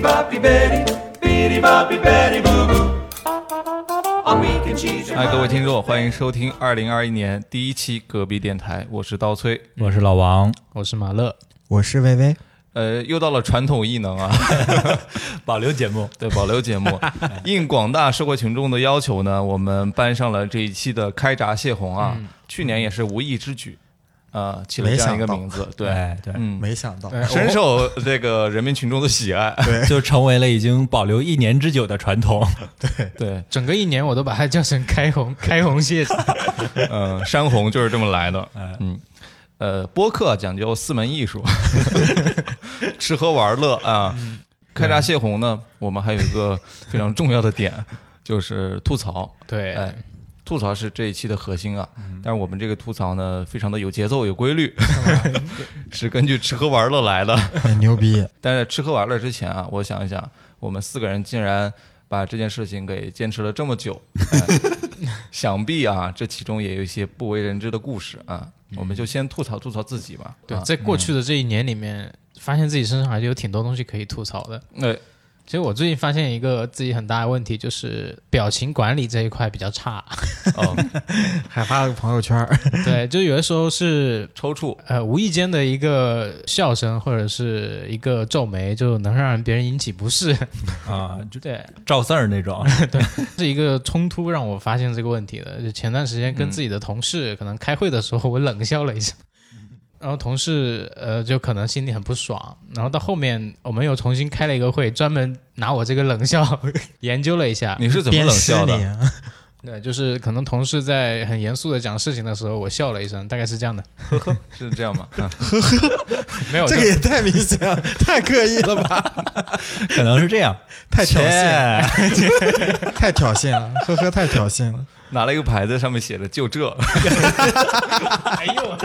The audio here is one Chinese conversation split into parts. bitty, bitty boppy betty boo boo. On weekend she's your 嗨，各位听众，欢迎收听二零二一年第一期隔壁电台，我是刀崔。嗯我是老王，我是马乐，我是薇薇，呃，又到了传统异能啊， 保留节目。对，保留节目。应广大社会群众的要求呢，我们搬上了这一期的开闸泄洪啊。去年也是无意之举，啊、起了这样一个没想到名字，对，哎 对对，嗯，没想到，深受这个人民群众的喜爱。就成为了已经保留一年之久的传 统。对，整个一年我都把它叫成开红开红 蟹子，嗯、山洪就是这么来的。嗯，呃，播客讲究四门 艺术，吃喝玩乐啊。开闸泄洪呢，我们还有一个非常重要的点，就是吐槽。对，哎，吐槽是这一期的核心啊。但是我们这个吐槽呢，非常的有节奏、有规律， 是根据吃喝玩乐来的。很哎牛逼，但是吃喝玩乐之前啊，我想一想，我们四个人竟然把这件事情给坚持了这么久， 哎想必啊，这其中也有一些不为人知的故事啊。我们就先吐槽吐槽自己吧。对，啊在过去的这一年里面，发现自己身上还是有挺多东西可以吐槽的。那、其实我最近发现一个自己很大的问题，就是表情管理这一块比较差。 哦，还发了个朋友圈儿，对，就有的时候是抽搐，呃无意间的一个笑声或者是一个皱眉，就能让别人引起不适。 啊，就对，赵四儿那 种，是一个冲突让我发现这个问题的。就前段时间跟自己的同事可能开会的时候，我冷笑了一下，然后同事呃就可能心里很不爽。然后到后面我们又重新开了一个会，专门拿我这个冷笑 研究了一下。你是怎么鞭冷 尸笑的？你，啊对，就是可能同事在很严肃的讲事情的时候，我笑了一声，大概是这样的。是这样吗？啊没 有这就个也太明显了，太刻意了吧， 可能是这样。太挑衅，切 太挑衅了，呵呵，太挑衅了，拿了一个牌子，上面写着“就这哎呦，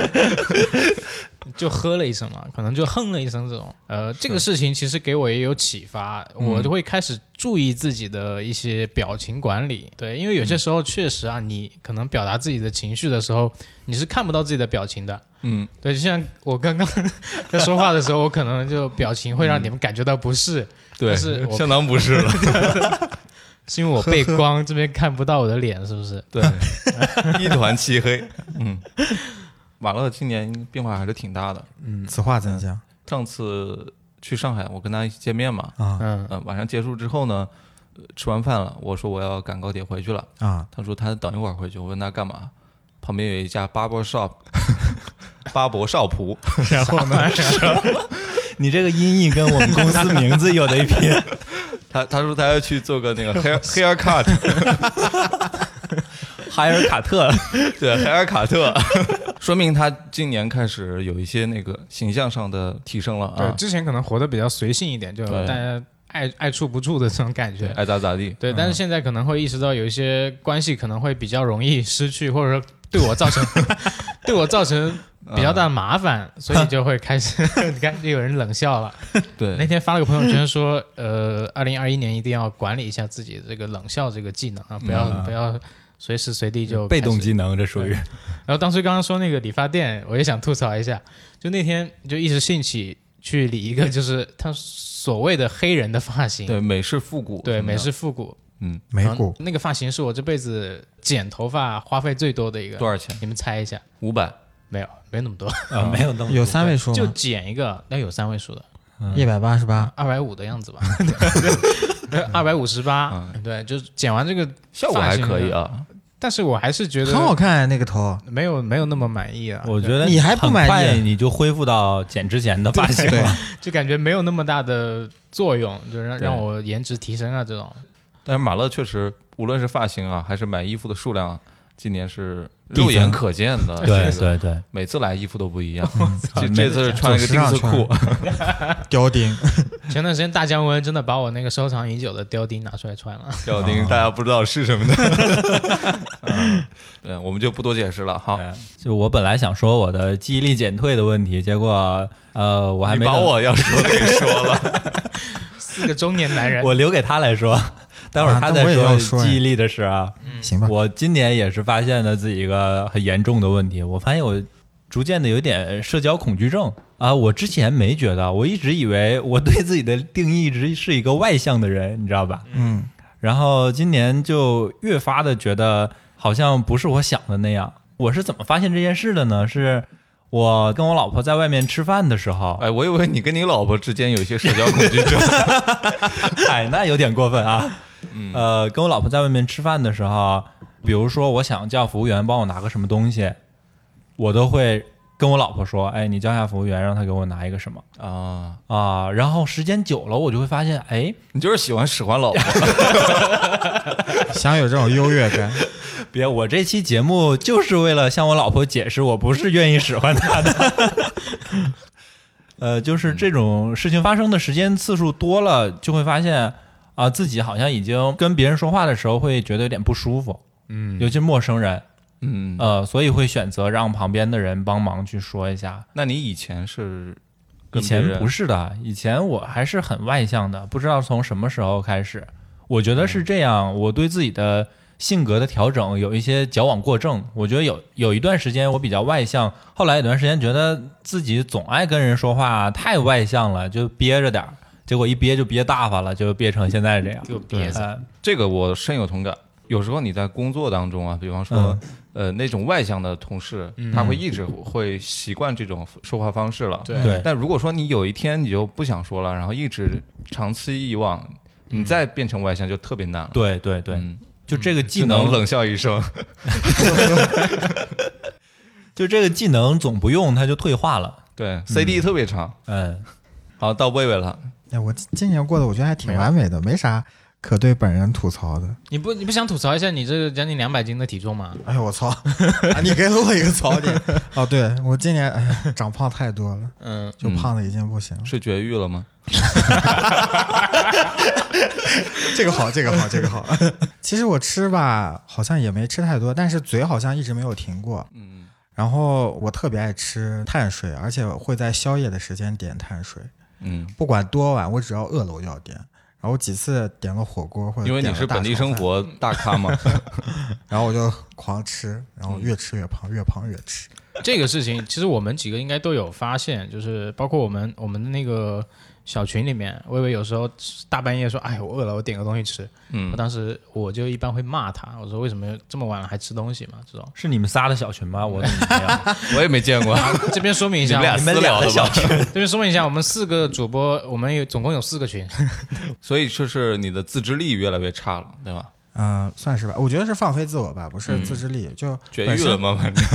就喝了一声嘛，可能就哼了一声这种。呃，这个事情其实给我也有启发，我就会开始注意自己的一些表情管理。对，因为有些时候确实啊，你可能表达自己的情绪的时候，你是看不到自己的表情的。”。嗯，对，就像我刚 刚在说话的时候，我可能就表情会让你们感觉到不适，对，是 我相当不是 了。是因为我背光这边看不到我的脸，是不是？对，一团漆黑。嗯，马乐今年变化还是挺大的。嗯，此话怎讲上次去上海，我跟他一起见面嘛，啊嗯，呃，晚上结束之后呢，呃吃完饭了，我说我要赶高铁回去了，嗯啊？他说他等一会儿回去，我问他干嘛，旁边有一家 barber shop，巴伯少仆，然后呢？ 你这个音译跟我们公司名字有的一 拼。他他说他要去做个那个 hair hair cut，海尔卡特， 对 hair 卡特，说明他今年开始有一些那个形象上的提升了对，啊，之前可能活得比较随性一点，就对大家爱爱处不处的这种感觉。爱咋咋地，对，但是现在可能会意识到有一些关系可能会比较容易失去，或者说对我造成对我造成比较大的麻烦，所以就会开始 你看就有人冷笑了。那对，天发了个朋友圈说，呃，二零二一年一定要管理一下自己这个冷笑这个技能啊，不要、不要随时随地就被开动始技能，这属于然后当时刚刚说那个理发店，我也想吐槽一下，就那天就一时兴起去理一个，就是他所谓的黑人的发型，对美式复古，对美，式复古嗯，美啊然后股那个发型是我这辈子剪头发花费最多的一个，多少钱？你们猜一下？五百，没有，没那么多，啊，没有那么有三位数就吗？剪一个，那有三位数的，一百八十八，二百五的样子吧，二百五十八，对，就剪完这个，效果还可以啊，但是我还是觉很好得看啊那个头，没有没有那么满意啊，我觉得你还不满意很快你就恢复到剪之前的发型对了。 就感觉没有那么大的作用，就让对让我颜值提升啊这种。但是马乐确实，无论是发型啊，还是买衣服的数量啊，今年是肉眼可见的。对这个对对，每次来衣服都不一样。操就这次是穿了个丁字裤， 雕钉，前段时间大降温真的把我那个收藏已久的貂钉拿出来穿 了，小丁大家不知道是什么的。嗯对，我们就不多解释了哈。对就我本来想说我的记忆力减退的问题，结果呃，我还你没把等我要说的给说了。 四个中年男人，我留给他来 说，待会儿他再啊那我也要说呀记忆力的事啊。行吧？我今年也是发现了自己一个很严重的问题，我发现我逐渐的有点社交恐惧症。啊，我之前没觉得，我一直以为我对自己的定义一直是一个外向的人，你知道吧？嗯，然后今年就越发的觉得好像不是我想的那样。我是怎么发现这件事的呢？是我跟我老婆在外面吃饭的时候，哎，我以为你跟你老婆之间有一些社交恐惧症。 哎，那有点过分啊。呃，跟我老婆在外面吃饭的时候，比如说我想叫服务员帮我拿个什么东西，我都会跟我老婆说：“哎，你叫一下服务员，让他给我拿一个什么啊，啊。”然后时间久了，我就会发现，哎，你就是喜欢使唤老婆，想有这种优越感，别，我这期节目就是为了向我老婆解释，我不是愿意使唤她的。 呃，就是这种事情发生的时间次数多了，就会发现啊、自己好像已经跟别人说话的时候会觉得有点不舒服，嗯，尤其陌生人，嗯，呃，所以会选择让旁边的人帮忙去说一下。那你以前是以跟别人前不是的，以前我还是很外向的，不知道从什么时候开始，我觉得是这样，我对自己的性格的调整有一些矫枉过正。我觉得有有一段时间我比较外向，后来有段时间觉得自己总爱跟人说话，太外向了，就憋着点儿，结果一憋就憋大发了，就憋成现在这样。就憋着，呃这个我深有同感。有时候你在工作当中啊，比方说，呃，那种外向的同事，他会一直会习惯这种说话方式了。对对但如果说你有一天你就不想说了，然后一直长此以往，你再变成外向就特别难了。对对对，嗯就这个技只能能，冷笑一声。就这个技能总不用它就退化了。对，CD 特别长。嗯，好，到魏魏了。哎，我今今年过得我觉得还挺完美的，没啥可对本人吐槽的。你不你不想吐槽一下你这个将近两百斤的体重吗？ 哎呦我操！ 啊你给了我一个槽点。 哦，对我今年哎呀长胖太多了，嗯，就胖的已经不行了。是绝育了吗？这个好，这个好，这个好。 其实我吃吧，好像也没吃太多，但是嘴好像一直没有停过。嗯，然后我特别爱吃碳水，而且会在宵夜的时间点碳水，嗯，不管多晚，我只要饿了我就要点。然后我几次点了火锅或者因为你点了是大本地炒生饭，活大咖嘛。然后我就狂吃，然后越吃越胖，越胖越吃。这个事情其实我们几个应该都有发现，就是包括我们我们的那个小群里面，微微有时候大半夜说：“哎，我饿了，我点个东西吃。”嗯我，当时我就一般会骂他，我说：“为什么这么晚了还吃东西 嘛？”这种。是你们仨的小群吗？我怎么没有？我也没见过。 这边说明一你下们，俩我私聊的吧？这边说明一下，我们四个主播，我们有总共有四个群， 所以就是你的自制力越来越差了，对吧？嗯、算是吧，我觉得是放飞自我吧，不是自制力，就嗯绝本育身了吗？反正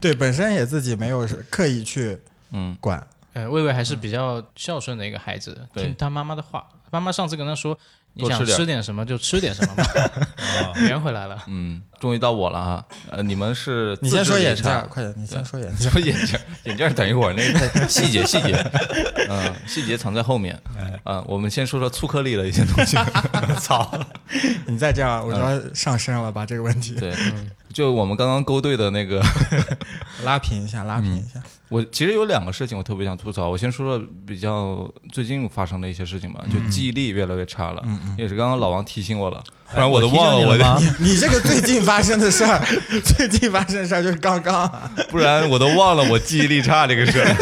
对，本身也自己没有刻意去嗯管，呃，魏魏还是比较孝顺的一个孩子，对听他妈妈的话。妈妈上次跟他说：“你多吃想点吃点什么就吃点什么嘛。” 哦圆回来了。嗯，终于到我了啊！呃，你们是你先说眼眼镜儿，快点，你先说眼镜 儿。说眼镜儿，眼镜儿等一会儿，那个细节细节， 嗯、细节藏在后面。哎啊、我们先说说粗颗粒的一些东西。操！ 你再这样，我就要上身了，把这个问题对，就我们刚刚勾兑的那个， 拉平一下，嗯拉平一下。 我其实有两个事情我特别想吐槽。我先说说比较最近发生的一些事情嗯吧，就记忆力越来越差了，也是刚刚老王提醒我了，不然我都忘哎我我提醒你了吗就你你这个最近发生的事儿， 最近发生的事儿就是刚刚啊， 不然我都忘了我记忆力差这个事儿。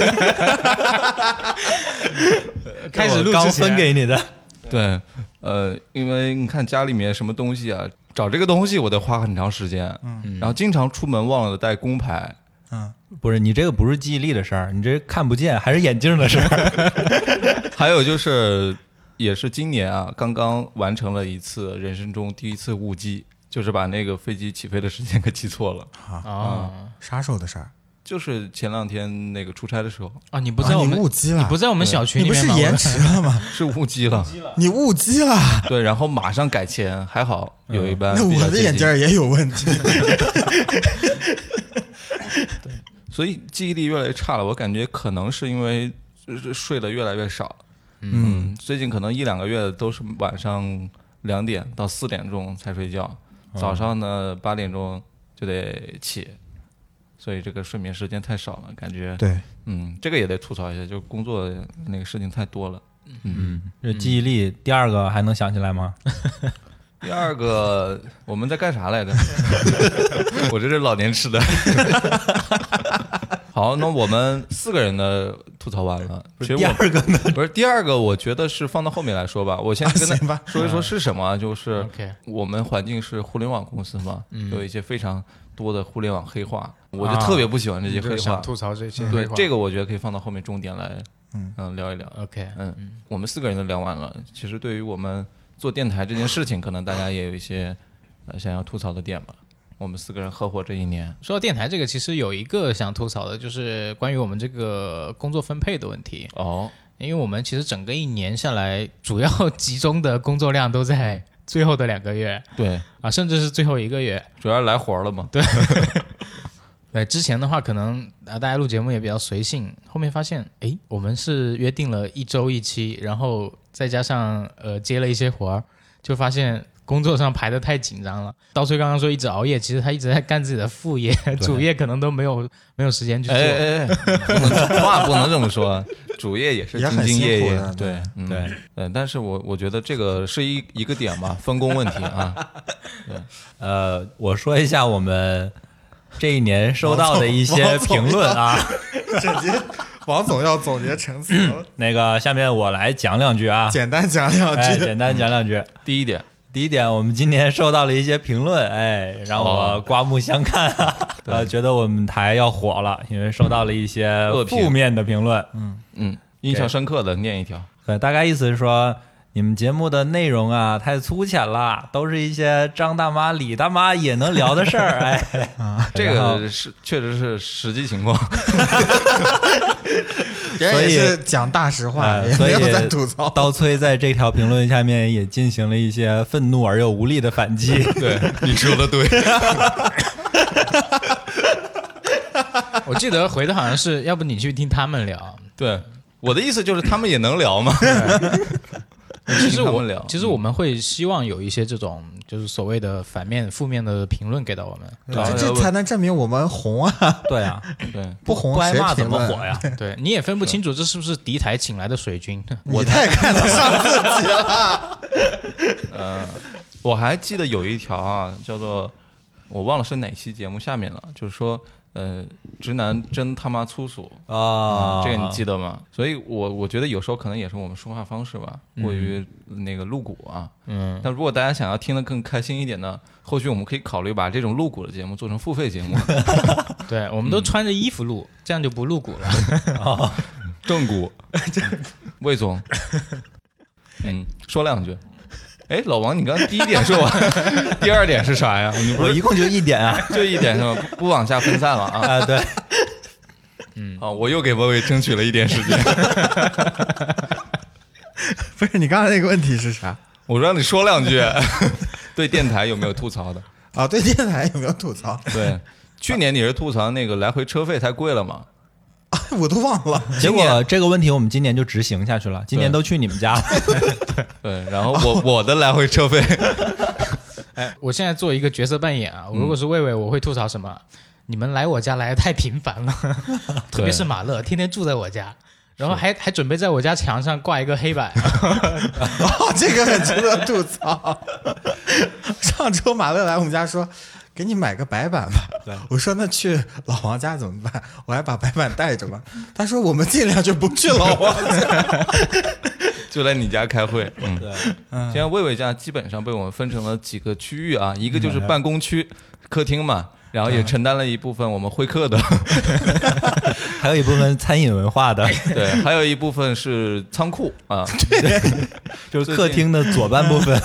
开始我录之刚前分给你的，对，呃，因为你看家里面什么东西啊，找这个东西我得花很长时间，嗯，然后经常出门忘了带工牌，嗯，不是你这个不是记忆力的事儿，你这看不见还是眼镜的事儿。还有就是也是今年啊，刚刚完成了一次人生中第一次误机，就是把那个飞机起飞的时间给 记错了，哦啥时候的事儿？就是前两天那个出差的时候哦，你不在我啊你们误机了，不在我们小群你里面不是吗？延迟 了吗？是误机了，你误机了，对，然后马上改签，还好有一班嗯那啊比较我的接眼近镜儿也有问题。所以记忆力越来越差了。我感觉可能是因为呃睡得越来越少。嗯，最近可能一两个月都是晚上两点到四点钟才睡觉，早上呢八点钟就得起，所以这个睡眠时间太少了，感觉 对， 嗯，这个也得吐槽一下，就工作那个事情太多了。这记忆力，第二个还能想起来吗？第二个，我 们在干啥来着？我这是老年痴呆。 好，那我们四个人的吐槽完了，其实第我二个呢？ 不是第二个，我觉得是放到后面来说吧。我先跟行他吧说一说是什么啊，就是。啊 OK，嗯我们环境是互联网公司嘛，有一些非常多的互联网黑话，我就啊特别不喜欢这些你黑就话想。吐槽这些对黑话这个，我觉得可以放到后面重点来，嗯聊一聊。 OK，嗯，我们四个人都聊完了，其实对于我们做电台这件事情，可能大家也有一些呃想要吐槽的点吧。我们四个人合伙这一年，说到电台这个，其实有一个想吐槽的，就是关于我们这个工作分配的问题，哦，因为我们其实整个一年下来，主要集中的工作量都在最后的两个月对，啊，甚至是最后一个月。主要是来活儿了嘛。对，对，之前的话可能啊，大家录节目也比较随性，后面发现，诶，我们是约定了一周一期，然后再加上呃接了一些活儿，就发现工作上排的太紧张了。刀崔刚刚说一直熬夜，其实他一直在干自己的副业，主业可能都没有没有时间去 做。哎哎哎，不能话不能这么说，主业也是也兢兢很业辛苦业的，对，嗯对，嗯，但是我我觉得这个是一一个点吧，分工问题 啊，呃，我说一下我们这一年收到的一些评论啊。 整集王总要总结 陈词，那个，下面我来讲两句啊，简单讲两哎，句。简单讲两句。第一点，第一点，我们今天收到了一些评论，哎，让我刮目相看啊，呃， 觉得我们台要火了，因为收到了一些恶评负面的评论。嗯，印象深刻的念一条，对，大概意思是说，你们节目的内容啊太粗浅了，都是一些张大妈、李大妈也能聊的事儿。 哎，这然后个是确实是实际情况，别人所也以是讲大实话，呃也所没以有在吐槽。刀崔在这条评论下面也进行了一些愤怒而又无力的反 击。对，你说的对，我记得回的好像是，要不你去听他们聊。对，我的意思就是他们也能聊嘛， 其实听他我们聊其实我们会希望有一些这种就是所谓的反面、负面的评论给到我们。这这才能证明我们红啊！对啊，对，不红不挨谁骂怎评么论啊火呀？ 对，你也分不清楚这是不是敌台请来的水军。你太看得上自己了。我还记得有一条啊，叫做我忘了是哪期节目下面了，就是说，呃，直男真他妈粗俗，啊，这个你记得吗？所以我我觉得有时候可能也是我们说话方式吧，过于那个露骨啊。嗯，但如果大家想要听得更开心一点呢，后续我们可以考虑把这种露骨的节目做成付费节目，对，我嗯们都穿着衣服录，这样就不露骨了。 正 骨。魏总，嗯，说两句。哎，老王，你刚刚第一点说 完，第二点是啥呀？你不我是。一共就一点啊 就一点是吗？不不往下分散了啊。啊，对，啊，我又给薇薇争取了一点时 间。不是你刚才那个问题是啥我让你说两句， 对电台有没有吐槽的？啊？对电台有没有吐槽？啊对，去年你是吐槽那个来回车费太贵了嘛？我都忘了。结今果这个问题我们今年就执行下去了，今年都去你们 家了。对，然后 我、我的来回车费，哎，我现在做一个角色扮演嗯啊，我如果是魏魏，我会吐槽什么？你们来我家来的太频繁了， 特别是马乐，天天住在我家，然后还还准备在我家墙上挂一个 黑板。哦，这个很值得吐槽。上周马乐来我们家说，给你买个白板吧。我说那去老王家怎么办？我还把白板带着吧。他说我们尽量就不去 老王家。 就来你家开会。嗯，对，现在魏魏家基本上被我们分成了几个区域啊，一个就是办公区、客厅嘛，然后也承担了一部分我们会客的，还有一部分餐饮文化的， 对，还有一部分是仓库啊。 就是客厅的左半部分。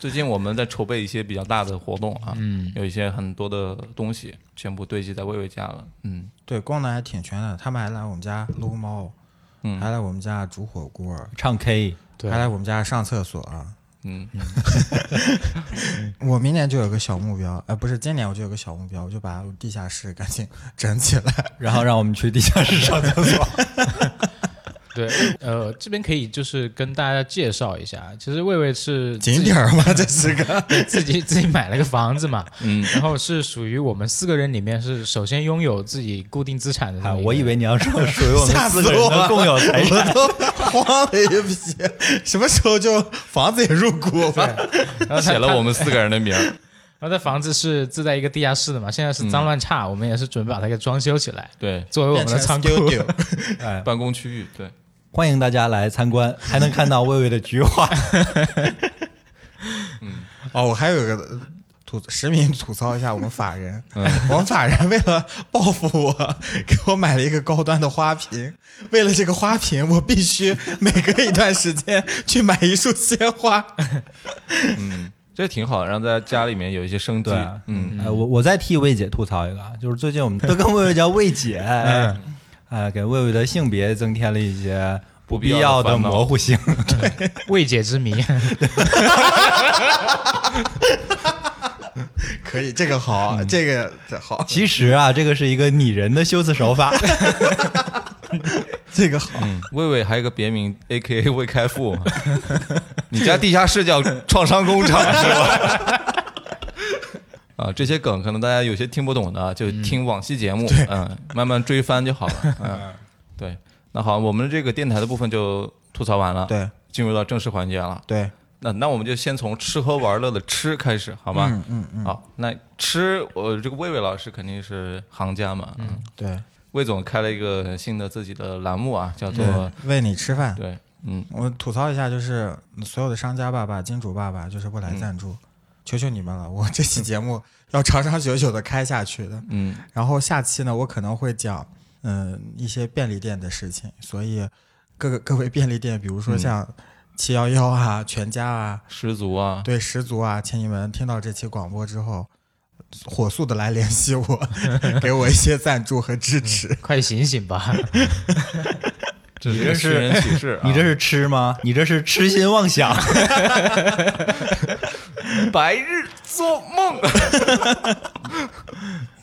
最近我们在筹备一些比较大的活动啊，嗯，有一些很多的东西全部堆积在魏魏家了，嗯，对，逛的还挺全的。他们还来我们家撸猫，嗯还来我们家煮火锅，唱 K，对还来我们家上厕所。啊嗯嗯，我明年就有个小目标，呃，不是今年我就有个小目标，我就把地下室赶紧整起来。然后让我们去地下室上厕所。对， 呃，这边可以就是跟大家介绍一下，其实魏魏是自己景点儿嘛，这是个。自己 自己买了个房子嘛，嗯然后是属于我们四个人里面是首先拥有自己固定资产的这啊，么一个人。我以为你要说属于我 吓们四死个人我的了！共有 财产。我都慌了一批。什么时候就房子也入股了？然后他写了我们四个人的名儿，然后这房子是自带一个地下室的嘛，现在是脏乱嗯差，我们也是准备把它给装修起来，对，作为我们 的仓库。哎，办公区域，对，欢迎大家来参观，还能看到魏魏的菊花。哦，我还有一个吐实名吐槽一下我们法人，我们法人为了报复我，给我买了一个高端的花瓶。为了这个花瓶，我必须每隔一段时间去买一束鲜花。这挺好，让在家里面有一些生机对啊，嗯，哎，我我再替魏姐吐槽一个，啊，就是最近我们都跟魏魏叫魏姐， 哎，哎给魏魏的性别增添了一些不必要的模糊性。未解之谜， 可以，这个好，这个这好，其实啊，这个是一个拟人的修辞手法。这个好。嗯魏魏还有一个别名 A K A 魏开复， 你家地下室叫创伤工 厂是吧？ 啊，这些梗可能大家有些听不懂的，就听往期节目，嗯，慢慢追番就好 了，嗯，对。那好，我们这个电台的部分就吐槽完了，，对进入到正式环节了。对，那那我们就先从吃喝玩乐的吃开始，好吗？嗯嗯嗯。好，那吃，我这个魏魏老师肯定是行家嘛。嗯。对，魏总开了一个新的自己的栏目啊，叫做为你吃饭。对，嗯，我吐槽一下，就是所有的商家爸爸、金主爸爸，就是不来赞助，求求你们了！我这期节目要长长久久的开下去的。嗯，然后下期呢，我可能会讲，嗯、一些便利店的事情，所以各个各位便利店，比如说像七幺幺啊、全家啊、十足啊，对十足啊，请你们听到这期广播之后，火速的来联系我，给我一些赞助和支持。快醒醒 吧！这是一个寻人启事、啊。你这是吃吗？你这是痴心妄想。 白日做梦。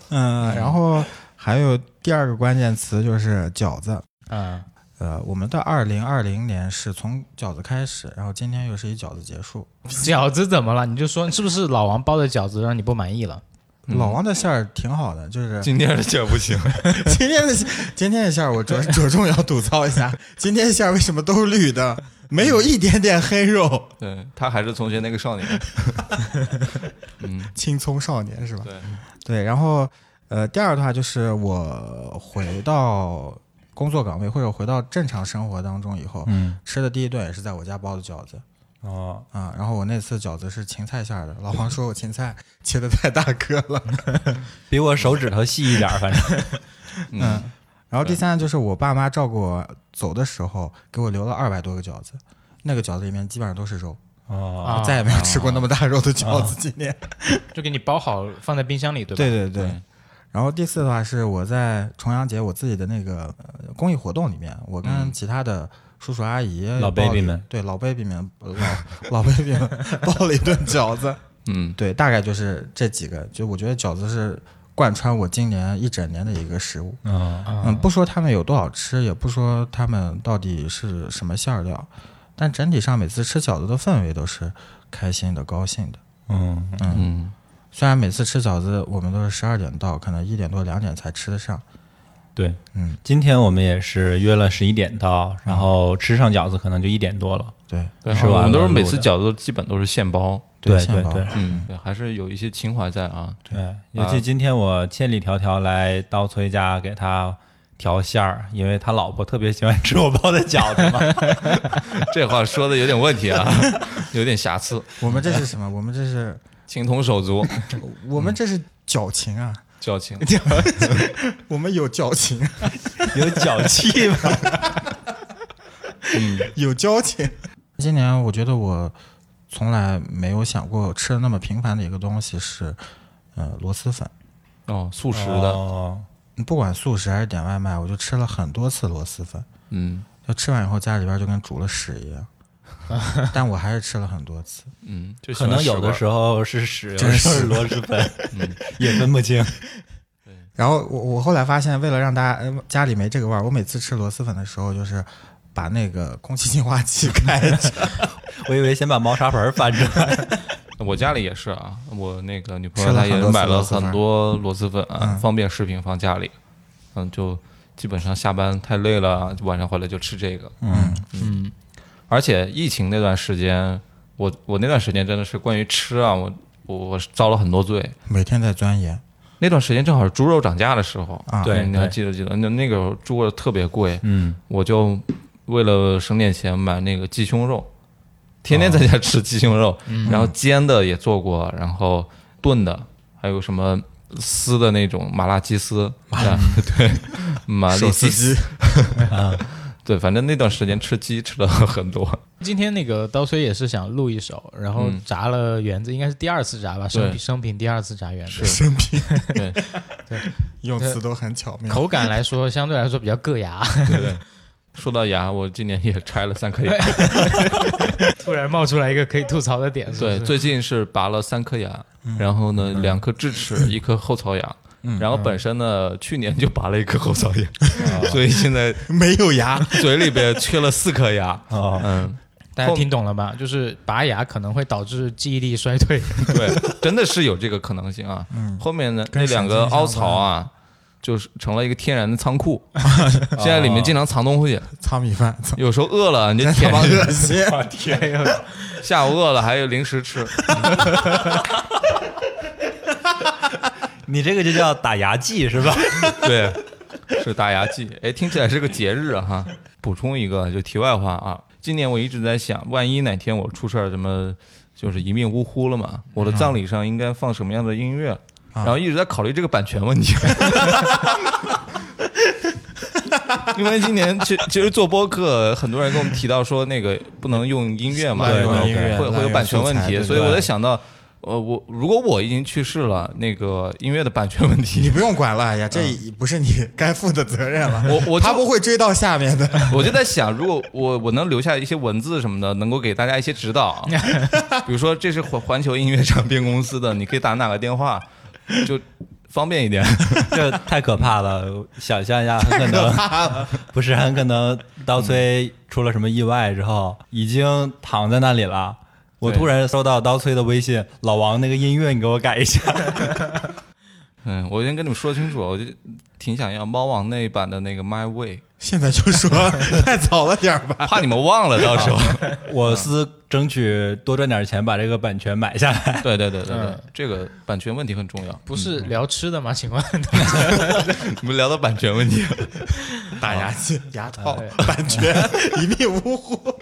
嗯，然后还有第二个关键词就是饺子。啊，呃，我们的二零二零年是从饺子开始，然后今天又是以饺子结束。饺子怎么了？你就说是不是老王包的饺子让你不满意了？老王的馅儿挺好的，就 是今天的节不 行， 今天的今天的馅儿，我着着重要吐槽一下，今天的馅儿为什么都是绿的，没有一点点黑肉，对他还是从前那个少年。嗯，青葱少年是吧？对，对，然后呃，第二的话就是我回到工作岗位或者回到正常生活当中以后，嗯，吃的第一顿也是在我家包的饺子。哦，啊、然后我那次饺子是芹菜馅儿的，老黄说我芹菜切的太大颗了。比我手指头细一点儿，反正。嗯，然后第三就是我爸妈照顾我走的时候，给我留了二百多个饺子，那个饺子里面基本上都是肉，哦，啊，再也没有吃过那么大肉的饺子。今年，就给你包好放在冰箱里，对吧？对对对。然后第四的话是我在重阳节我自己的那个呃公益活动里面，我跟其他的叔叔阿姨、老包了 baby 们，对老 baby 们，老老 baby 们包了一顿饺子。嗯，对，大概就是这几个。就我觉得饺子是贯穿我今年一整年的一个食物。嗯，嗯，不说他们有多好吃，也不说他们到底是什么馅儿料，但整体上每次吃饺子的氛围都是开心的、高兴的。嗯，嗯，虽然每次吃饺子我们都是十二点到，可能一点多、两点才吃得上。对，嗯，今天我们也是约了十一点到，然后吃上饺子可能就一点多了。对对，是吧我们都是每次饺子基本都是现包，对现对包对嗯，对，还是有一些情怀在啊。对，尤其今天我千里迢迢来到崔家给他调馅儿，因为他老婆特别喜欢吃我包的饺子嘛。这话说的有点问题啊， 有点瑕疵，我们这是 什么？我们这是嗯情同手 足，我们这是矫情啊！矫 情。我们有矫情， 啊 有脚气吗？有交情。今年我觉得我从来没有想过吃的那么频繁的一个东西是，呃，螺蛳粉。哦，素食的，哦，不管素食还是点外卖，我就吃了很多次螺蛳粉，嗯就吃完以后家里边就跟煮了屎一 样。但我还是吃了很多次，嗯，就可能有的时候，候是屎，有真的时候嗯是是螺蛳粉， 也分不清。然后我我后来发现，为了让大家呃家里没这个味儿，我每次吃螺蛳粉的时候，就是把那个空气净化器开着，我以为先把猫砂盆儿翻出来。我家里也是啊，我那个女朋吃友了她也很多买次螺了蛳粉嗯很多螺蛳粉啊，方便食品放家里，嗯，就基本上下班太累了，晚上回来就吃这个。嗯，而且疫情那段时间，我我那段时间真的是关于吃啊，我我我遭了很多罪。 每天在钻研，那段时间正好是猪肉涨价的时候啊对你还对记得记得？那那个猪肉特别贵，嗯，我就为了省点钱买那个鸡胸肉，天天在家吃鸡胸肉，然后煎的也做过，然后炖的，还有什么丝的那种麻辣鸡丝，啊对，麻手辣撕鸡丝，啊鸡， 对，反正那段时间吃鸡吃了很多，今天那个刀崔也是想录一首，然后嗯炸了圆子，应该是第二次炸吧，生对平生平第二次炸圆子，生平对，用词都很巧妙。口感来说相对来说比较硌牙，对对。 说到牙，我今年也拆了三颗牙， 突然冒出来一个可以吐槽的点，是不对，是最近是拔了三颗牙，然后呢，两颗智齿，一颗后槽牙。然后本身呢，去年就拔了一颗后槽牙， 所以现在没有牙，嘴里边缺了四颗牙。哦，嗯，大家听懂了吧？就是拔牙可能会导致记忆力衰退， 对，真的是有这个可能性啊。后面呢，那两个凹槽啊，就是成了一个天然的仓库，现在里面经常藏东西，糙米饭，操有时候饿了你就舔 他，妈恶心！下午饿了还有零食吃。 你这个就叫打牙祭是吧？ 对，是打牙祭。哎，听起来是个节日啊哈。补充一个，就题外话啊，今年我一直在想，万一哪天我出事儿，什么就是一命呜呼了嘛，我的葬礼上应该放什么样的音乐？然啊后一直在考虑这个版权问题。 因为今年其其实做播客，很多人跟我们提到说那个不能用音乐嘛，滥对用吧音乐会会滥有用版权问素材对题，对所以我对在想到，呃，我如果我已经去世了，那个音乐的版权问题你不用管了，哎呀，这不是你该负的责任了。 我我就他不会追到下面的。 我就在想，如果我我能留下一些文字什么的，能够给大家一些指 导，比如说这是环环球音乐唱片公司的，你可以打哪个电话，就方便一 点。 这太可怕了！想象一下，很可能不是很可能，刀崔出了什么意外之后，已经躺在那里了。我对突然收到刀崔的微信，老王那个音乐你给我改一下。 嗯，我先跟你们说清楚，我就挺想要猫王那一版的那 个 My Way， 现在就说 太早了点儿 吧。怕你们忘了到时候。啊我司争取多赚点钱把这个版权买下 来。对对对对对，嗯这个版权问题很重要。 不是聊吃的吗？请 问，你们聊到版权问题，打牙祭、牙套 对、版权，一命呜呼。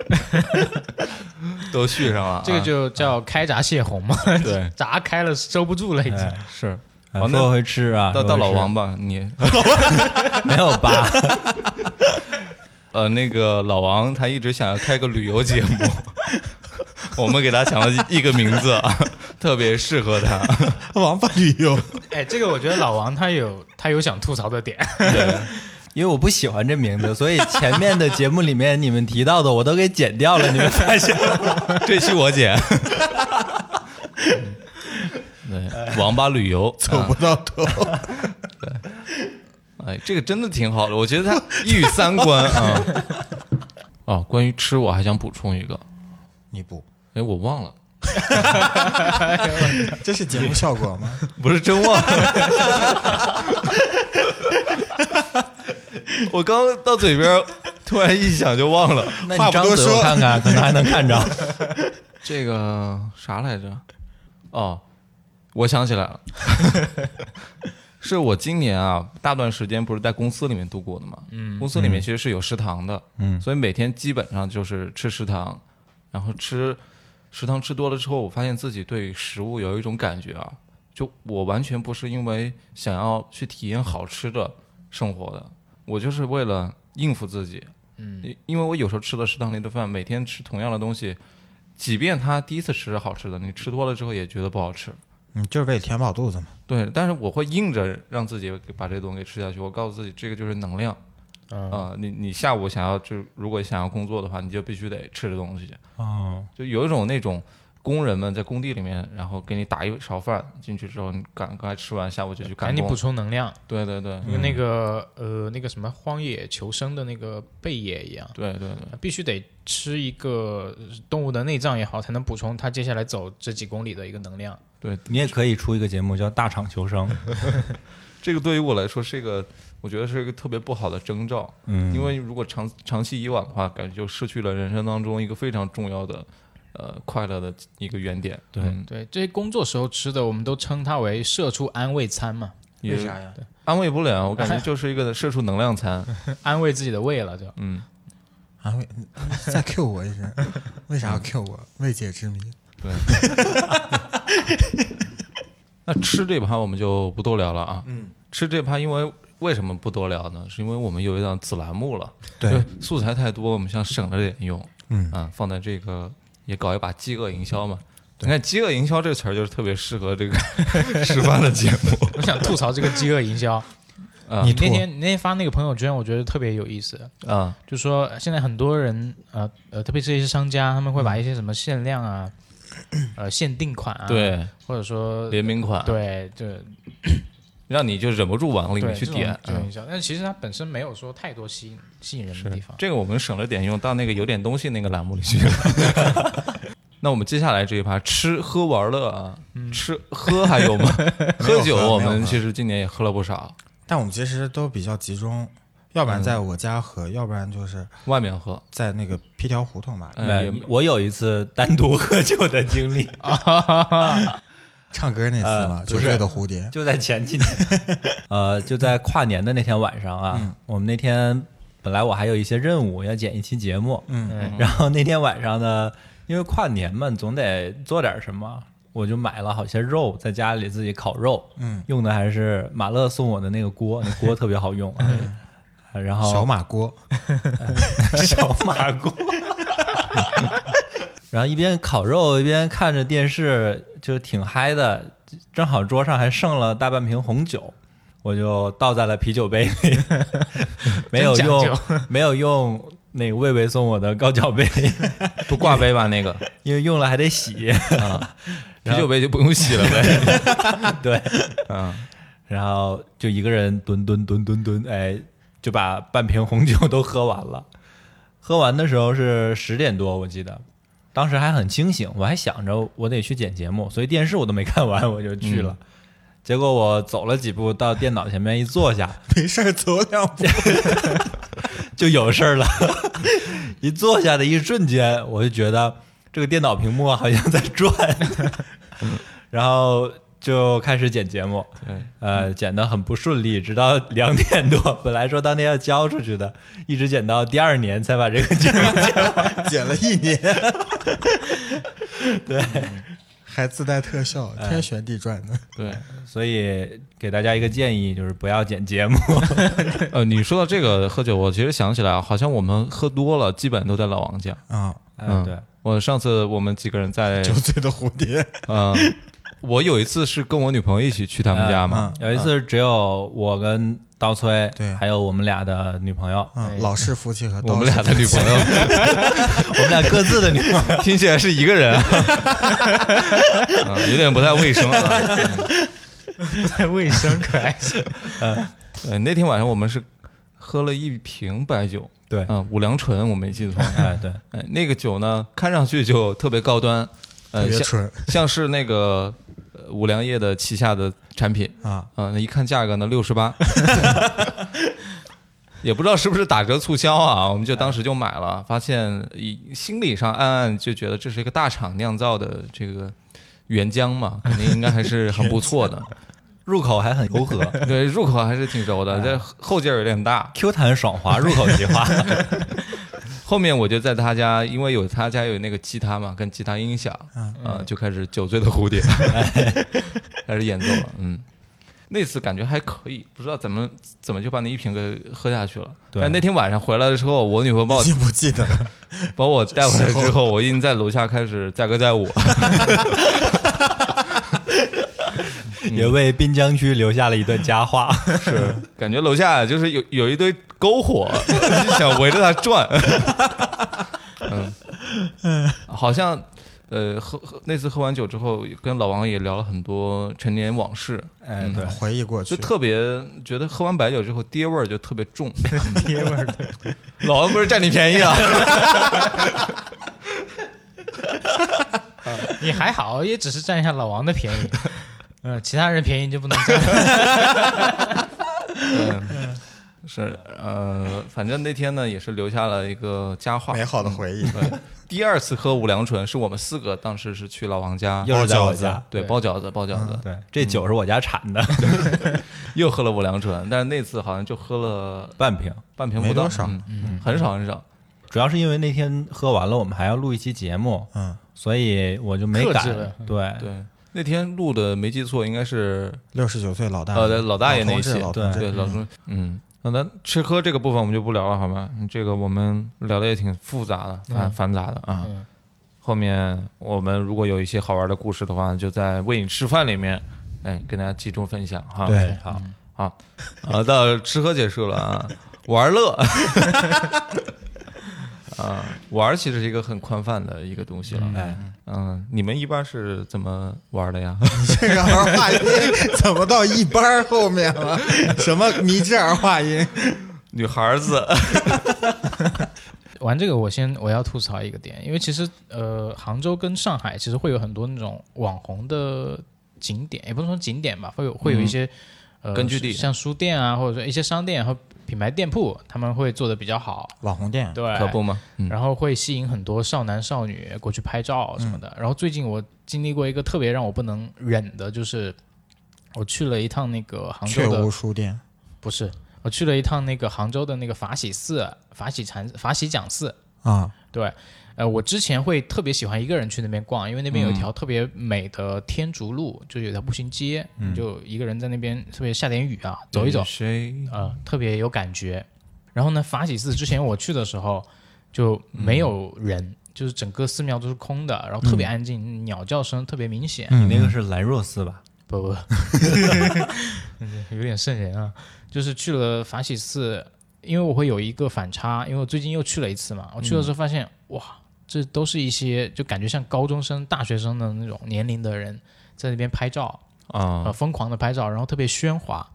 都续上了啊。这个就叫开闸泄洪嘛？对 闸开了收不住了，已经。是啊哦那 说回吃啊，到到老说回吃王吧，你 没有吧？呃，那个老王他一直想要开个旅游节目， 我们给他想了一个名字，啊，特别适合他。王八旅游，哎，这个我觉得老王他有他有想吐槽 的点，因为我不喜欢这名字，所以前面的节目里面你们提到的我都给剪掉了。你们发 现了吗？这期我剪。嗯对，网吧旅 游，啊走不到头。哎，这个真的挺好的，我觉得他一语三关啊。 哦，关于吃，我还想补充一个， 你不，哎，我忘了，这是节目效果吗？不是真忘了。 我刚到嘴边儿，突然一想就忘了。那话你不张多嘴我说看看，可能还能看着。这个啥来着？哦，我想起来了， 是我今年啊，大段时间不是在公司里面度过的嘛。嗯，公司里面其实是有食堂的，嗯，所以每天基本上就是吃食堂，然后吃食堂吃多了之后，我发现自己对食物有一种感觉啊，就我完全不是因为想要去体验好吃的生活的，我就是为了应付自己。嗯，因为我有时候吃了食堂里的饭，每天吃同样的东西，即便他第一次吃是好吃的，你吃多了之后也觉得不好吃。 你就是为了填饱肚子嘛。对，但是我会硬着让自己把这东西给吃下去。我告诉自己，这个就是能量啊、你你下午想要就如果想要工作的话，你就必须得吃这东西。哦，就有一种那种工人们在工地里面，然后给你打一勺饭进去之后，你赶快吃完，下午就去赶赶紧工补。充能量，对对对跟那个呃那个什么荒野求生的那个贝爷一样。呃对对对，必须得吃一个呃动物的内脏也好，才能补充它接下来走这几公里的一个能量。你也可以出一个节目叫《大厂求生》。这个对于我来说是一个，我觉得是一个特别不好的征兆。嗯，因为如果长长期以往的话，感觉就失去了人生当中一个非常重要的呃快乐的一个原点。对嗯对，这些工作时候吃的，我们都称它为社畜安慰餐嘛， 也呀？安慰不了，我感觉就是一个社畜能量餐。安慰自己的胃了就。嗯，啊，为再 Q 我一声，为啥要嗯 Q 我？未解之谜。对。那吃这趴我们就不多聊了啊。嗯，吃这趴因为为什么不多聊呢？是因为我们有一档子栏目了，对就是素材太多，我们想省着点用。嗯啊，放在这个也搞一把饥饿营销嘛。你看“饥饿营销”这个词儿，就是特别适合这个 吃饭的节目。我想吐槽这个饥饿 营销。啊你那天你那天发那个朋友圈，我觉得特别有意思， 啊，就说呃现在很多人呃呃，特别是一些商家，他们会把一些什么限 量啊、呃限定款啊，，对，或者说联名款，，对对让你就忍不住往里对面去点。这种嗯营销，但是其实它本身没有说太多吸引吸引人的地方。啊 这个我们省了点用，到那个有点东西那个栏目里去了。 那我们接下来这一趴，吃喝玩乐啊，吃喝还有 吗？喝酒嗯没有喝我没有们喝其实今年也喝了不少，但我们其实都比较集中，要不然在我家喝，要不然就是外面喝，在那个皮条胡同吧，哎也没我有一次单独喝酒的经 历，啊唱歌那次嘛，呃九月的蝴蝶。就在前几年， 呃，就在跨年的那天晚上啊，嗯我们那天本来我还有一些任务要剪一期节目，嗯，然后那天晚上呢，因为跨年嘛，总得做点什么，我就买了好些肉，在家里自己烤肉，嗯，用的还是马乐送我的那个锅，那锅特别好用啊，啊然后嗯小马锅，小马锅。 然后一边烤肉一边看着电视，就挺嗨的。正好桌上还剩了大半瓶红酒，我就倒在了啤酒杯里， 没有真讲用究，没有用那个魏魏送我的高脚杯，不挂杯吧那个因为用了还得洗。啤酒杯就不用洗了 呗。对，嗯，然后就一个人蹲蹲蹲蹲蹲，哎，就把半瓶红酒都喝完了。喝完的时候是十点多，我记得，当时还很清醒，我还想着我得去剪节目，所以电视我都没看完，我就去了。结果我走了几步，到电脑前面一坐下，没事儿走两步。就有事儿了。 一坐下的一瞬间，我就觉得这个电脑屏幕好像在转， 然后就开始剪节目对，呃，剪得很不顺利，直到两点多。本来说当天要交出去的，一直剪到第二年才把这个 节目。减了一 年，对，还自带特效，嗯天旋地转的。对，所以给大家一个建议，就是不要剪节目。呃，你说到这个喝酒，我其实想起来啊，好像我们喝多了，基本都在老王家。啊，嗯，嗯，对，。我上次我们几个人 在，酒醉的蝴蝶，嗯，我有一次是跟我女朋友一起去他啊们家嘛，有一次只有我跟刀崔，对还有我们俩的女朋友，嗯，老式夫妻和我们刀俩的式女朋友我们俩各自的女朋友。 听起来是一个人 啊，嗯有点不太卫生啊。太卫生可爱， 呃，那天晚上我们是喝了一瓶白酒，对啊，五粮醇，我没记错。 哎，对，哎，那个酒呢，看上去就特别高端，特呃，别像纯像是那个呃五粮液的旗下的产品，啊，啊、那一看价格呢，六十八， 也不知道是不是打折促销啊，我们就当时就买了，发现以心理上暗暗就觉得这是一个大厂酿造的这个原浆嘛，肯定应该还是很不错的，入口还很柔和对，入口还是挺柔的，这后劲儿有点大。 ，Q 弹爽滑，入口即化。后面我就在他家，因为有他家有那个吉他嘛，跟吉他音响，啊、就开始酒醉的蝴蝶， 开始演奏了，嗯。那次感觉还可以，不知道怎么怎么就把那一瓶给喝下去了。对但那天晚上回来之后，我女朋友把我 已经不记得了。把我带回来之后，我已经在楼下开始载歌载舞了。也为滨江区留下了一段佳话。是， 感觉楼下就是有有一堆篝火， 就想围着它转。 嗯，好像呃，喝喝那次喝完酒之后，跟老王也聊了很多陈年往事，哎，对，回忆过就去，特别觉得喝完白酒之后爹味儿就特别重。 爹味儿，老王不是占你便宜啊？ 你还好，也只是占一下老王的便 宜，嗯，其他人便宜就不能占了。嗯，是呃，反正那天呢也是留下了一个佳话，美好的回忆。对，第二次喝五粮醇是我们四个当时是去老王家，又是在我包饺子家，对，包饺子，包饺子，对，这酒是我家产的， 又喝了五粮醇，但是那次好像就喝了半瓶。半瓶没不到，多少嗯很少很少。主要是因为那天喝完了，我们还要录一期节目，嗯，所以我就没克敢制了。对对，那天录的没记错，应该是六十九岁老大，呃对老大爷那一期，啊老同志老同志对老钟，嗯。那咱吃喝这个部分我们就不聊了，好吗？这个我们聊的也挺复杂的，繁繁杂的啊。嗯后面我们如果有一些好玩的故事的话，就在《为你吃饭》里面，哎，跟大家集中分享哈。对，好，好，啊，到吃喝结束了啊，玩乐， 啊，玩其实是一个很宽泛的一个东西了。哎，嗯，你们一般是怎么玩的呀？ 这个儿化音 怎么到一班儿后面了？ 什么迷之儿化音？女孩子，玩这个，我先我要吐槽一个点，因为其实呃，杭州跟上海其实会有很多那种网红的景点，也不能说景点吧，会有会有一些、嗯呃根据地像书店啊，或者说一些商店和品牌店铺，他们会做的比较好，网红店，对，可不吗？啊嗯，然后会吸引很多少男少女过去拍照什么嗯的。然后最近我经历过一个特别让我不能忍的，就是我去了一趟那个杭雀州屋的，书店，不是，我去了一趟那个杭州的那个法喜寺、法喜禅、法喜讲寺。啊，对，呃，我之前会特别喜欢一个人去那边逛，因为那边有一条特别美的天竺路，就有条步行街，你就一个人在那边，特别下点雨啊，走一走，嗯谁？呃，特别有感觉。然后呢，法喜寺之前我去的时候就没有人，就是整个寺庙都是空的，然后特别安静，鸟叫声特别明显。你那个是兰若寺吧？不不，有点瘆人啊。就是去了法喜寺，因为我会有一个反差，因为我最近又去了一次嘛。我去的时候发现，哇，这都是一些就感觉像高中生、大学生的那种年龄的人在那边拍照，啊、呃，疯狂的拍照，然后特别喧哗。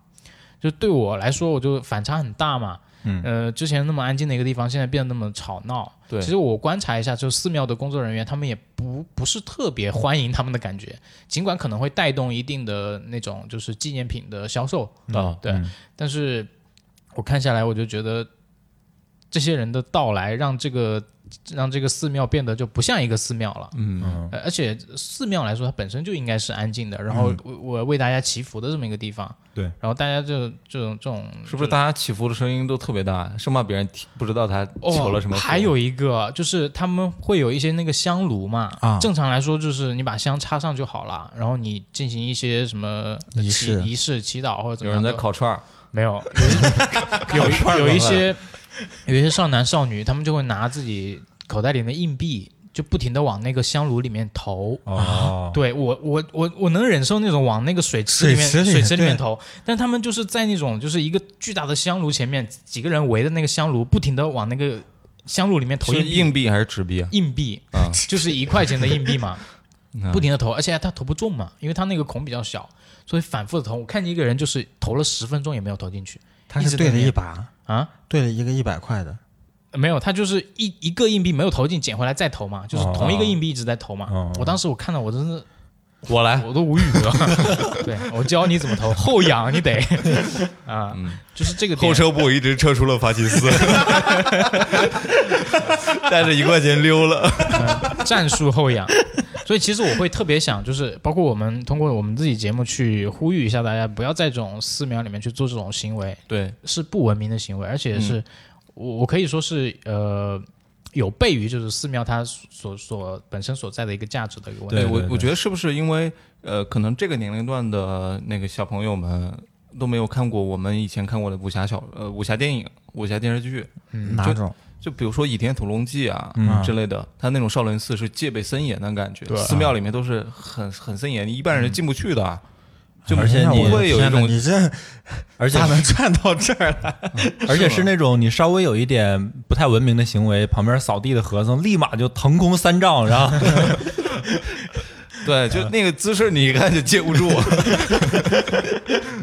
就对我来说，我就反差很大嘛。嗯，呃，之前那么安静的一个地方，现在变得那么吵闹。对其实我观察一下，就寺庙的工作人员，他们也不不是特别欢迎他们的感觉，尽管可能会带动一定的那种就是纪念品的销售，啊，对。但是我看下来，我就觉得这些人的到来，让这个让这个寺庙变得就不像一个寺庙了。嗯，呃而且寺庙来说，它本身就应该是安静的，然后我我为大家祈福的这么一个地方。对，然后大家就这种这种是不是大家起伏的声音都特别大，生怕别人听不知道他哦求了什么福？还有一个就是他们会有一些那个香炉嘛，啊正常来说就是你把香插上就好了，然后你进行一些什么仪祈式仪式祈祷或者怎有么人样的。在烤串儿，没有，有一有一有一些有一些少男少女，他们就会拿自己口袋里的硬币，就不停的往那个香炉里面投。哦，啊对我，我我我能忍受那种往那个水池里面水池里池里面对投，但他们就是在那种就是一个巨大的香炉前面，几个人围着那个香炉，不停的往那个香炉里面投是硬硬币还是纸币啊？硬币，啊 就是一块钱的硬币嘛，嗯不停的投，而且他投不中嘛，因为他那个孔比较小，所以反复的投。我看见一个人就是投了十分钟也没有投进去他一是直对在了一念把，啊，对了一个一百块的，没有，他就是一一个硬币没有投进，捡回来再投嘛，就是同一个硬币一直在投嘛。哦我当时我看到我真是我来， 我都无语了，对我教你怎么投， 后仰你得啊，就是这个点后车部一直撤出了法西 斯，带着一块钱溜了。战术后仰。所以其实我会特别想，就是包括我们通过我们自己节目去呼吁一下大家，不要在这种寺庙里面去做这种行为，对，是不文明的行为，而且是、我我可以说是呃有悖于就是寺庙它所所本身所在的一个价值的一个问题。对对哎我对我觉得是不是因为呃，可能这个年龄段的那个小朋友们都没有看过我们以前看过的武侠小呃武侠电影、武侠电视剧，嗯哪种？就比如说《倚天屠龙记》啊、之类的，它那种少林寺是戒备森严的感觉，啊寺庙里面都是很很森严，一般人进不去的啊，嗯就而哎且不你会有一天哪种嗯你这而且嗯咋能转到这儿 来？而且是那种你稍微有一点不太文明的行为，旁边扫地的和尚立马就腾空三丈，然后对，嗯就那个姿势你一看就接不住。啊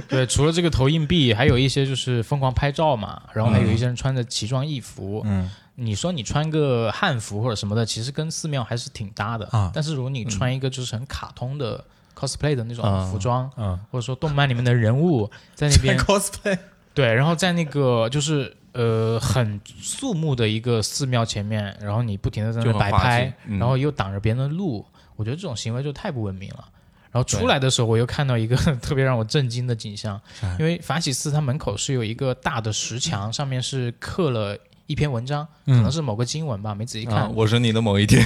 对，除了这个投硬币，还有一些就是疯狂拍照嘛，然后还有一些人穿着奇装异服。嗯，你说你穿个汉服或者什么的，其实跟寺庙还是挺搭的啊但是如果你穿一个就是很卡通的 cosplay 的那啊种服装，啊或者说动漫里面的人物在那边 cosplay 对，然后在那个就是呃很肃穆的一个寺庙前面，然后你不停的在那就很摆滑稽拍，嗯然后又挡着别人的路，我觉得这种行为就太不文明了。然后出来的时候，我又看到一个 特别让我震惊的景象，因为法喜寺它门口是有一个大的石墙，上面是刻了一篇文章，嗯可能是某个经文吧，没仔细啊看，。我是你的某一天，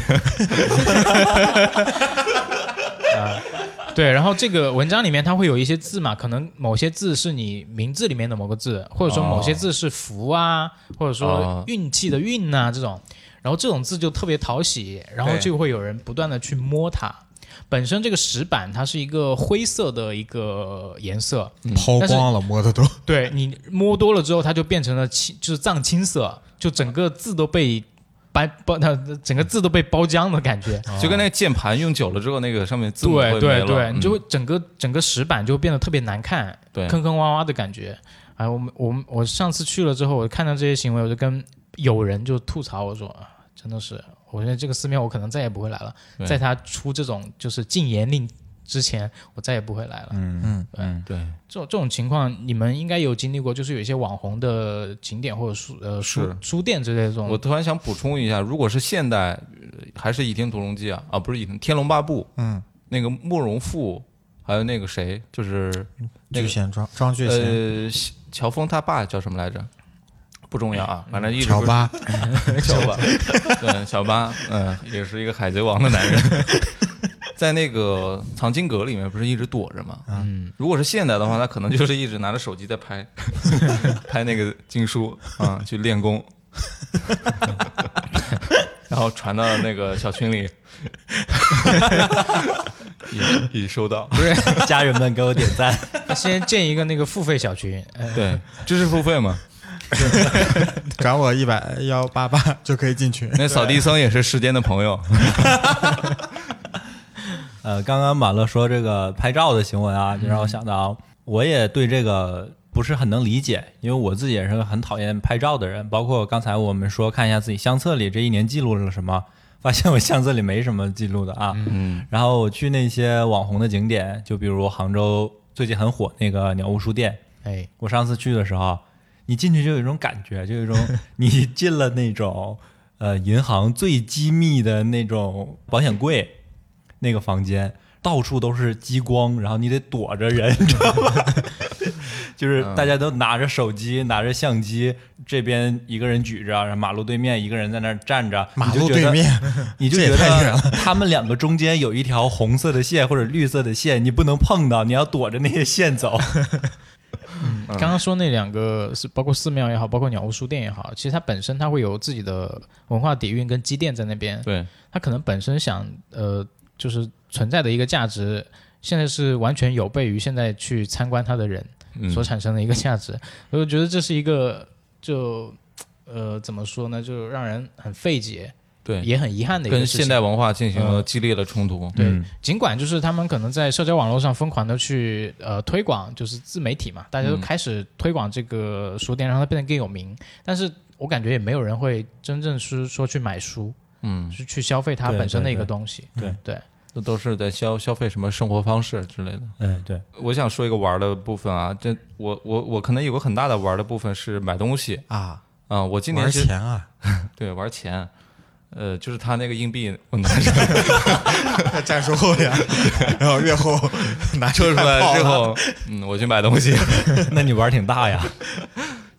对，然后这个文章里面它会有一些字嘛，可能某些字是你名字里面的某个字，或者说某些字是福啊，或者说哦运气的运呐、这种，然后这种字就特别讨喜，然后对就会有人不断的去摸它。本身这个石板它是一个灰色的一个颜色，抛但是光了，摸的都。对你摸多了之后，它就变成了青，就是藏青色，就整个字都被白包，它整个字都被包浆的感觉。就跟那键盘用久了之后，那个上面 字母嗯对会没对了对，嗯你就会整个整个石板就变得特别难看，对坑坑洼洼的感觉。哎，我们我们我上次去了之后，我看到这些行为，我就跟有人就吐槽我说，啊真的是，我觉得这个寺庙我可能再也不会来了，对在他出这种就是禁言令之前，我再也不会来了。嗯对这种这种情况，你们应该有经历过，就是有一些网红的景点或者书呃书是书店之类的这种。我突然想补充一下，如果是现代，呃还是《倚天屠龙记》啊啊，不是《倚天天龙八部》，嗯，那个慕容复，还有那个谁，就是那巨个贤庄庄巨贤，呃，西乔峰他爸叫什么来着？不重要啊，反正一直哎乔不是 巴，小 巴，对，小巴，嗯，也是一个海贼王的男人， 在那个藏经阁里面不是一直躲着吗？嗯，如果是现代的话，他可能就是一直拿着手机在拍， 拍那个经书啊、去练功， 然后传到那个小群里， 已已收到，家人们给我点赞，先建一个那个付费小群，呃对，知识付费嘛，找我一百幺八八就可以进群。那扫地僧也是世间的朋友，呃，刚刚马乐说这个拍照的行为啊，就让我想到，我也对这个不是很能理解，因为我自己也是个很讨厌拍照的人。包括刚才我们说看一下自己相册里这一年记录了什么， 发现我相册里没什么记录的啊。嗯。然后我去那些网红的景点，就比如杭州最近很火那个鸟屋书店，嗯哎，我上次去的时候，你进去就有一种感觉，就有一 种你进了那种呃银行最机密的那种保险柜那个房间，到处都是激光，然后你得躲着人，你知道吗？ 就是大家都拿着手机，拿着相机，这边一个人举着，然后马路对面一个人在那儿站着，马你就路觉对得面， 你就这也觉太远得了 他们两个中间有一条红色的线或者绿色的线，你不能碰到，你要躲着那些线 走。刚刚说那两个是包括寺庙也好，包括鸟屋书店也好，其实它本身它会有自己的文化底蕴跟积淀在那边，对，它可能本身想呃就是存在的一个价值，现在是完全有悖于现在去参观它的人嗯所产生的一个价值， 所以我觉得这是一个就呃怎么说呢，就让人很费解，对，也很遗憾的一个跟事情嗯现代。文化进行了激烈的冲突。嗯对，尽管就是他们可能在社交网络上疯狂的去呃推广，就是自媒体嘛，大家都嗯开始推广这个书店，让它变得更有名。但是我感觉也没有人会真正是说去买书，嗯，是去消费它对本身的一个对对东西。对对，这都是在消消费什么生活方式之类的。嗯，对。我想说一个玩儿的部分啊，这我我我可能有个很大的玩儿的部分是买东西啊，啊、我今年玩是钱啊， 对玩钱，呃，就是他那个硬币我拿着在战术后呀，然后越 后拿抽出出来之 后，嗯，我去买东西。 那你玩儿挺大呀，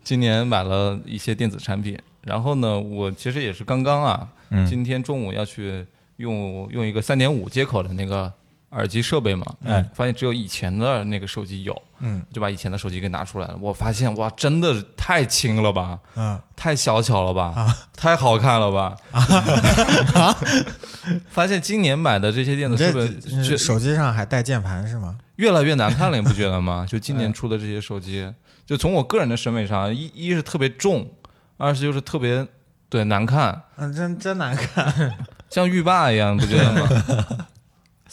今年买了一些电子产品，然后呢，我其实也是刚刚啊，今天中午要去用用一个三点五接口的那个耳机设备嘛，哎发现只有以前的那个手机有，嗯，就把以前的手机给拿出来了，我发现哇，真的太轻了吧，嗯，太小巧了吧，太好看了吧，发现今年买的这些电你子设这备这就手机上还带键盘是吗？越来越难看了，你不觉得吗？就今年出的这些手机，就从我个人的审美上，一一是特别重，二是就是特别对难看，嗯，真真难看。像浴霸一样，不觉得吗？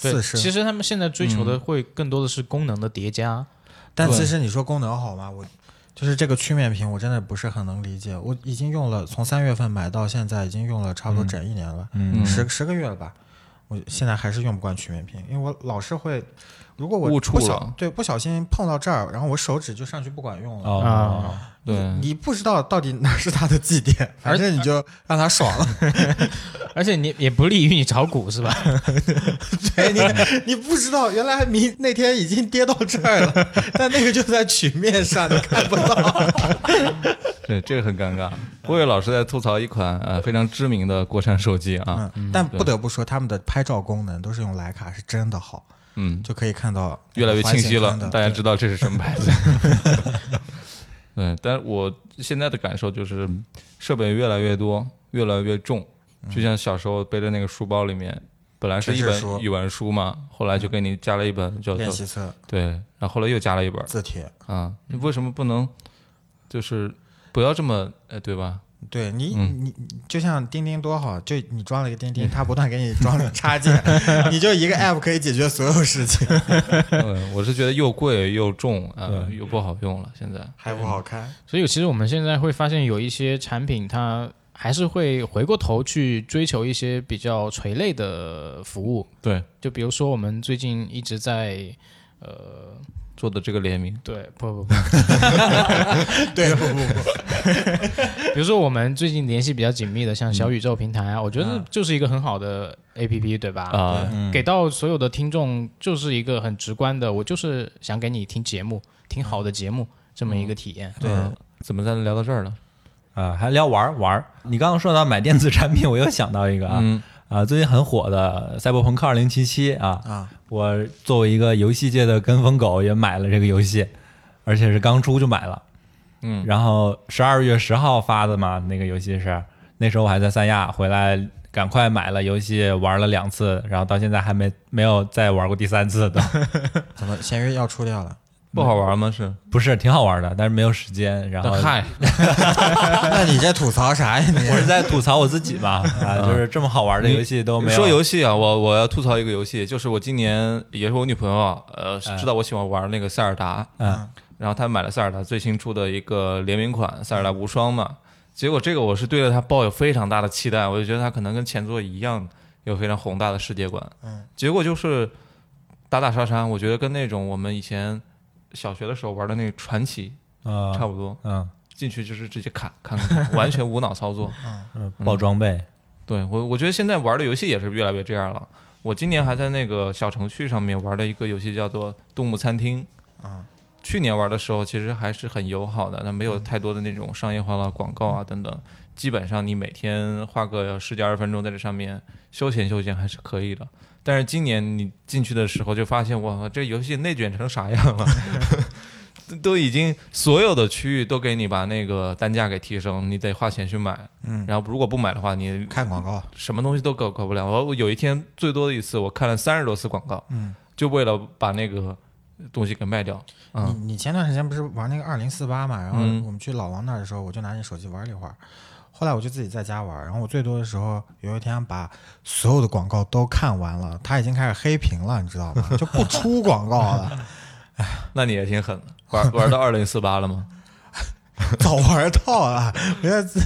对，四十，其实他们现在追求的会更多的是功能的叠加。但其实你说功能好吗？我就是这个曲面屏，我真的不是很能理解。我已嗯经用了，从三月份买到现在，已经用了差不多整一年了，嗯十十个月了吧。我现在还是用不惯曲面屏，因为我老是会，如果我误触不小了对不小心碰到这儿，然后我手指就上去不管用了。哦啊对，你不知道到底哪是它的 祭点，反正你就让它爽了。而且你也不利于你炒股是吧？ 对哎你，你不知道原来明那天已经跌到这儿 了，但那个就在曲面上，你看不到。对，这个很尴尬。郭跃老师在吐槽一款呃非常知名的国产手机 啊，嗯，但不得不说，他们的拍照功能都是用徕卡，是真的好，嗯，就可以看到越来越清晰了环，形大家砖的知道这是什么 牌子。对，但我现在的感受就是，设备越来越多，越来越重，就像小时候背着那个书包里面，本来嗯是一知识书本语文书嘛，后来就给你加了一本叫做对练习册、对，然后后来又加了一本字帖。啊，你为什么不能就是不要这么呃，对吧？对你，嗯你就像钉钉多好，就你装了一个钉钉，它不断给你装插件， 你就一个 app 可以解决所有事情， 嗯，我是觉得又贵又重啊，又不好用了，现在。还不好看。所以其实我们现在会发现有一些产品它。还是会回过头去追求一些比较垂类的服务，对，就比如说我们最近一直在，呃，做的这个联名，对，不不 不，嗯对，不不不，比如说我们最近联系比较紧密的，像小宇宙平台啊，我觉得就是一个很好的 A P P，对吧？啊给到所有的听众就是一个很直观的，我就是想给你听节目，听好的节目这么一个体验。对，嗯怎么才能聊到这儿呢？啊，还聊玩儿玩儿。你刚刚说到买电子产品，我又想到一个啊，嗯啊，最近很火的《赛博朋克2077》啊， 啊，我作为一个游戏界的跟风狗，也买了这个游戏，而且是刚出就买了。嗯，然后十二月十号发的嘛，那个游戏是那时候我还在三亚，回来赶快买了游戏，玩了两次，然后到现在还没没有再玩过第三次的， 怎么咸鱼要出掉了？ 不好玩吗？是，不是挺好玩的，但是没有时间。然后那嗨，那你这吐槽啥呀？ 你我是在吐槽我自己嘛，啊，就是这么好玩的游戏哦都没有。说游戏啊，我我要吐槽一个游戏，就是我今年也是我女朋友啊，呃，知道我喜欢玩那个塞尔达，哎嗯，然后她买了塞尔达最新出的一个联名款《塞尔达无双》嘛，结果这个我是对着它抱有非常大的期待，我就觉得它可能跟前作一样有非常宏大的世界观，嗯，结果就是打打杀杀，我觉得跟那种我们以前小学的时候玩的那个传奇啊，差不多，嗯进去就是直接砍砍砍，完全无脑操作，嗯，爆装备，对我，我觉得现在玩的游戏也是越来越这样了。我今年还在那个小程序上面玩了一个游戏，叫做《动物餐厅》。啊，嗯去年玩的时候其实还是很友好的，它没有太多的那种商业化的广告啊等等。基本上你每天花个十几二十分钟在这上面休闲休闲还是可以的。但是今年你进去的时候就发现，哇，这游戏内卷成啥样了？ 都都已经所有的区域都给你把那个单价给提升，你得花钱去买。嗯，然后如果不买的话，你看广告，什么东西都搞搞不了。我我有一天最多的一次，我看了三十多次广告，嗯，就为了把那个东西给卖掉。你嗯你前段时间不是玩那个二零四八嘛？然后嗯我们去老王那儿的时候，我就拿你手机玩了一会儿。后来我就自己在家玩，然后我最多的时候有一天把所有的广告都看完了，它已经开始黑屏了，你知道吗？就不出广告 了，那你也挺狠的，玩玩到二零四八了吗？早玩到了，我要再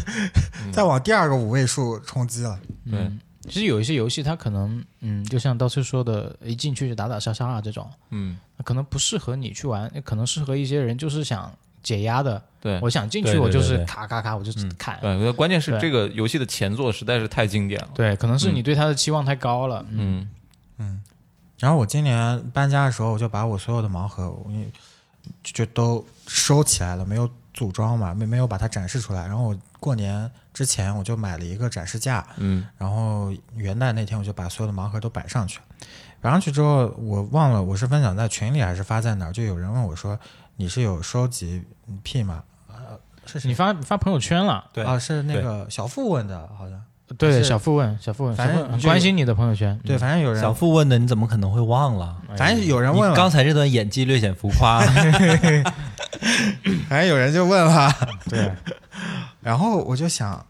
嗯再往第二个五位数冲击了。对，其实有一些游戏它可能，嗯，就像道士说的，一进去就打打杀杀啊这种，嗯，可能不适合你去玩，可能适合一些人就是想解压的。对。我想进去对对我就对是对咔咔咔，我就砍。对，关键是对这个游戏的前作实在是太经典了。对，可能是你对它的期望太高了。嗯嗯，然后我今年搬家的时候，我就把我所有的盲盒，我也就就都收起来了，没有组装嘛，没没有把它展示出来。然后我过年之前我就买了一个展示架，嗯，然后元旦那天我就把所有的盲盒都摆上去，摆上去之后，我忘了我是分享在群里还是发在哪儿，就有人问我说你是有收集癖吗？是你发发朋友圈了？呃对啊，是那个小付问的，好像对，是小付问，小付问，小付反正问很就关心你的朋友圈。嗯对，反正有人嗯小，付问的，你怎么可能会忘了？反正有人你问了，刚才这段演技略显浮夸， 反正有人就问了，对，然后我就想，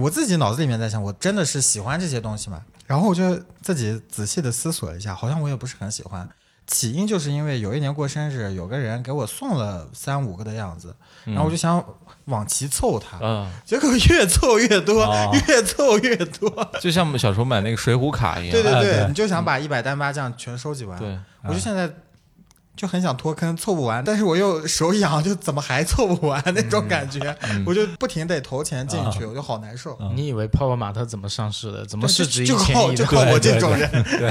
我自己脑子里面在想，我真的是喜欢这些东西吗？然后我就自己仔细的思索了一下，好像我也不是很喜欢，起因就是因为有一年过生日，有个人给我送了三五个的样子，然后我就想往齐凑它，啊，结果越凑越多，哦越凑越多。就像我们小时候买那个水浒卡一样，对对哎对，对你就想把一百单八将全收集完。对啊我就现在就很想脱坑，凑不完，但是我又手痒，就怎么还凑不完那嗯种感觉，我就不停得投钱进去，我就好难受。你以为泡泡玛特怎么上市的？怎我啊嗯么市值一就千靠亿就的？靠我这种人，对，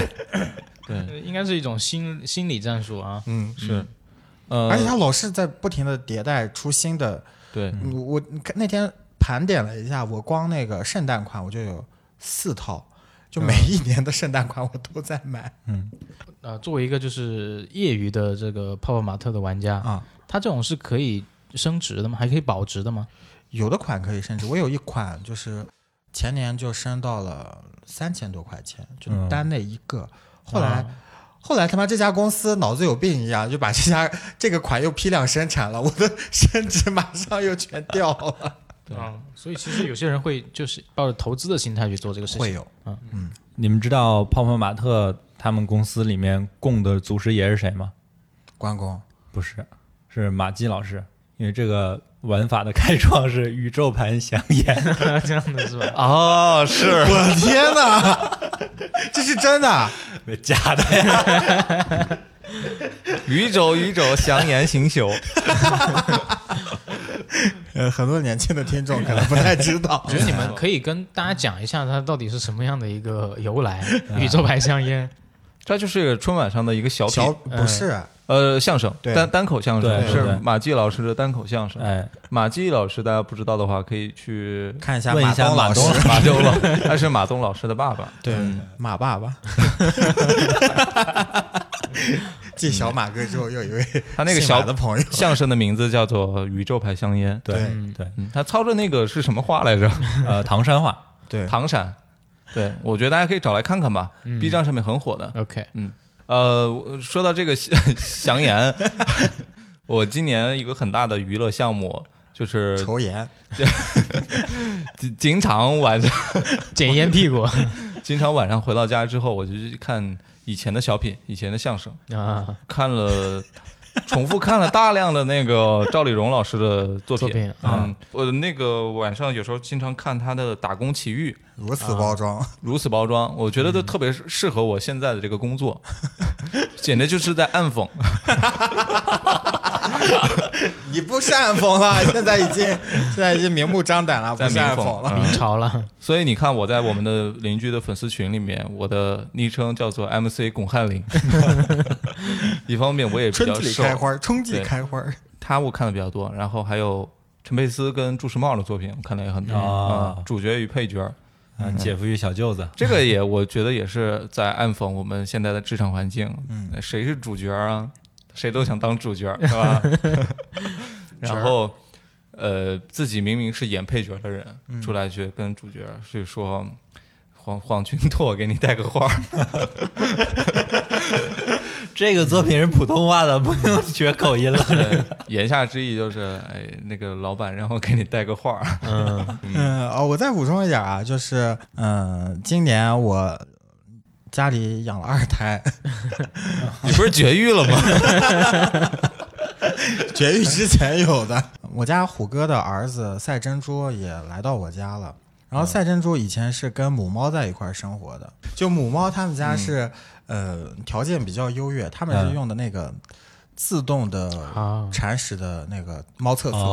呃应该是一种心心理战术啊。嗯，是，呃，嗯而且他老是在不停的迭代出新的。对，我我你看那天盘点了一下，我光那个圣诞款我就有四套。就嗯每一年的圣诞款我都在买呃，作为一个就是业余的这个泡泡玛特的玩家，啊，它这种是可以升值的吗？还可以保值的吗？有的款可以升值，我有一款就是前年就升到了三千多块钱，就单那一个。后来，后来他妈这家公司脑子有病一样，就把这家这个款又批量生产了，我的 升值马上又全掉了。啊，所以其实有些人会就是抱着投资的心态去做这个事情。会有你们知道泡泡玛特他们公司里面供的祖师爷是谁吗？关公，不是，是马季老师，因为这个玩法的开创是宇宙盘祥烟。 这样的是吧？哦，是，我天哪，这是真的！啊假的呀！宇宙宇宙祥言行修， 呃，很多年轻的听众可能不太知 道呃我觉得你们可以跟大家讲一下它到底是什么样的一个由来。宇宙牌香烟，它就是春晚上的一个小小品，不是呃，相声，对单单口相声对对是对马季老师的单口相声。哎，马季老师，大家不知道的话，可以去看一下问一马下东马老师东，马周 老，他是马东老师的爸爸。对，马爸 爸。继小马哥之后，又有一位嗯他那个姓小马的朋友，相声的名字叫做《宇宙牌香烟》。对对对，嗯，他操着那个是什么话来着？呃，唐山话，对，唐山。对，我觉得大家可以找来看看吧、b 站上面很火的。 OK，呃，说到这个 祥言， 我今年一个很大的娱乐项目就是抽烟，经经常晚上捡烟屁股经常晚上回到家之后，我就去看以前的小品、以前的相声，啊，看了重复看了大量的那个赵丽蓉老师的作品。作品啊嗯，我那个晚上有时候经常看她的《打工奇遇》，如啊此包装，如此包装，我觉得都特别适适合我现在的这个工 作，简直就是在暗讽。你不煽 风了，现在已经现在已经明目张胆了，不在煽明风讽嗯了。明朝了，所以你看，我在我们的邻居的粉丝群里面，我的昵称叫做 MC 巩汉 林。 一方面我也比春较季里瘦，开花，春季对开花，他我看的比较多，然后还有陈佩斯跟朱时茂的作品，我看的也很多啊啊、主角与配角，嗯，姐夫与小舅子，这个也我觉得也是在暗讽我们现在的职场环境，嗯，谁是主角啊？谁都想当主角， 是吧？ 然后，呃，自己明明是演配角的人，出来去跟主角去说。黄黄君拓给你带个花儿， 这个作品是普通话的，不用学口音了。对呃言下之意就是，哎，那个老板让我给你带个花儿， 嗯，哦，我再补充一点啊，就是嗯，今年我家里养了二胎，你不是绝育了吗？ 绝育之前有的。 我家虎哥的儿子赛珍珠也来到我家了。然后赛珍珠以前是跟母猫在一块儿生活的，就母猫他们家是、呃条件比较优越，他们是用的那个自动的啊铲屎的那个猫厕 所，啊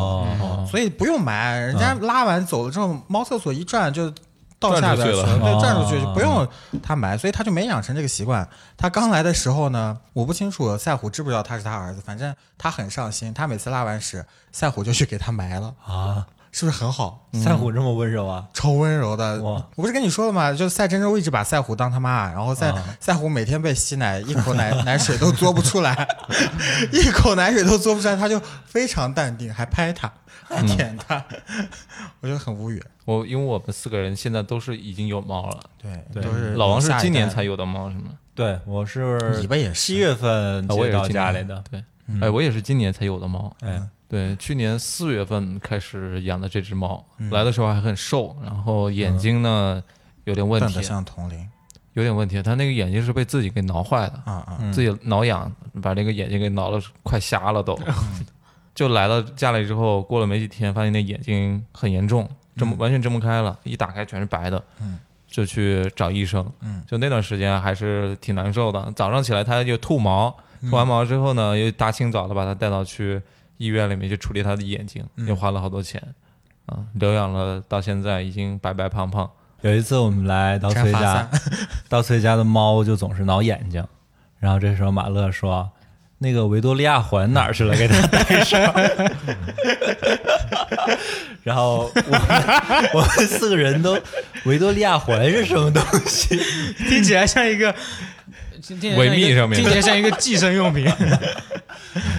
哦所以不用买，人家拉完走了之后，猫厕所一转就。到下边转出去了啊对，转出去哦就不用他买，所以他就没养成这个习惯。他刚来的时候呢，我不清楚赛虎知不知道他是他儿子，反正他很上心，他每次拉完屎，赛虎就去给他埋了，啊，是不是很好？赛虎这么温柔啊？超温柔的，哇我不是跟你说了吗？就赛珍珠一直把赛虎当他妈，啊然后赛、啊赛虎每天被吸奶，一口奶 奶水都嘬不出来， 一口奶水都嘬不出来，他就非常淡定，还拍他，还舔他，我就很无语。我因为我们四个人现在都是已经有猫了，对，对都是老王是下一代今年才有的猫是吗？对，我是尾巴也是七月份啊我接也是到今家里年的。对，哎，我也是今年才有的猫。哎，对，去年四月份开始养的这只嗯猫，来的时候还很瘦，然后眼睛呢有点问笨题得，像铜铃，有点问题，他那个眼睛是被自己给挠坏的，啊啊，自己挠痒，把这个眼睛给挠了，快瞎了都。嗯 就来到家里之后，过了没几天，发现那眼睛很严重，睁不完全睁不开了，一打开全是白的。嗯，就去找医生。嗯，就那段时间还是挺难受的。早上起来他就吐毛，嗯吐完毛之后呢，又大清早的把他带到去医院里面去处理他的眼睛，嗯又花了好多钱。啊，疗养了到现在已经白白胖胖，有一次我们来到崔发家， 到崔家的猫就总是挠眼睛，然后这时候马乐说：“那个维多利亚环哪儿去了？给它带上。” 然后我们我们四个人都维多利亚环是什么东西？ 听起来像一个听起来像一个维密上面的听起来像一个寄生用品。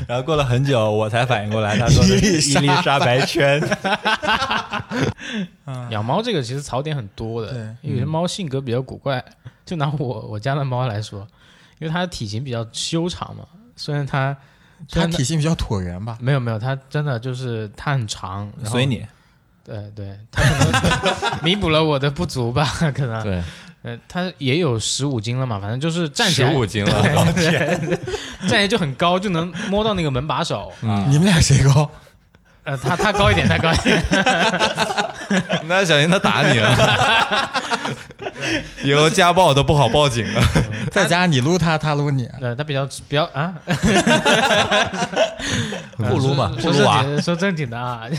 然后过了很久，我才反应过来，他说的伊丽是伊莎丽莎白 圈。养猫这个其实槽点很多的，有嗯些猫性格比较古怪。 就拿我我家的猫来说，因为它的体型比较修长嘛，虽然它虽它然它体型比较椭圆吧？没有没有，它真的就是它很长，然后随你，对对，它可能 弥补了我的不足吧，可能对，呃，它也有十五斤了嘛，反正就是站起十来五斤了，站起来就很高，就能摸到那个门 把手。嗯你们俩谁高？呃，它它高一点，它高一点。 那小心他打你了， 以后家暴都不好报警了。在家你撸他，他撸你。啊呃，它比较比较啊， 布鲁 嘛，布说鲁正娃，经，的，说正经的啊，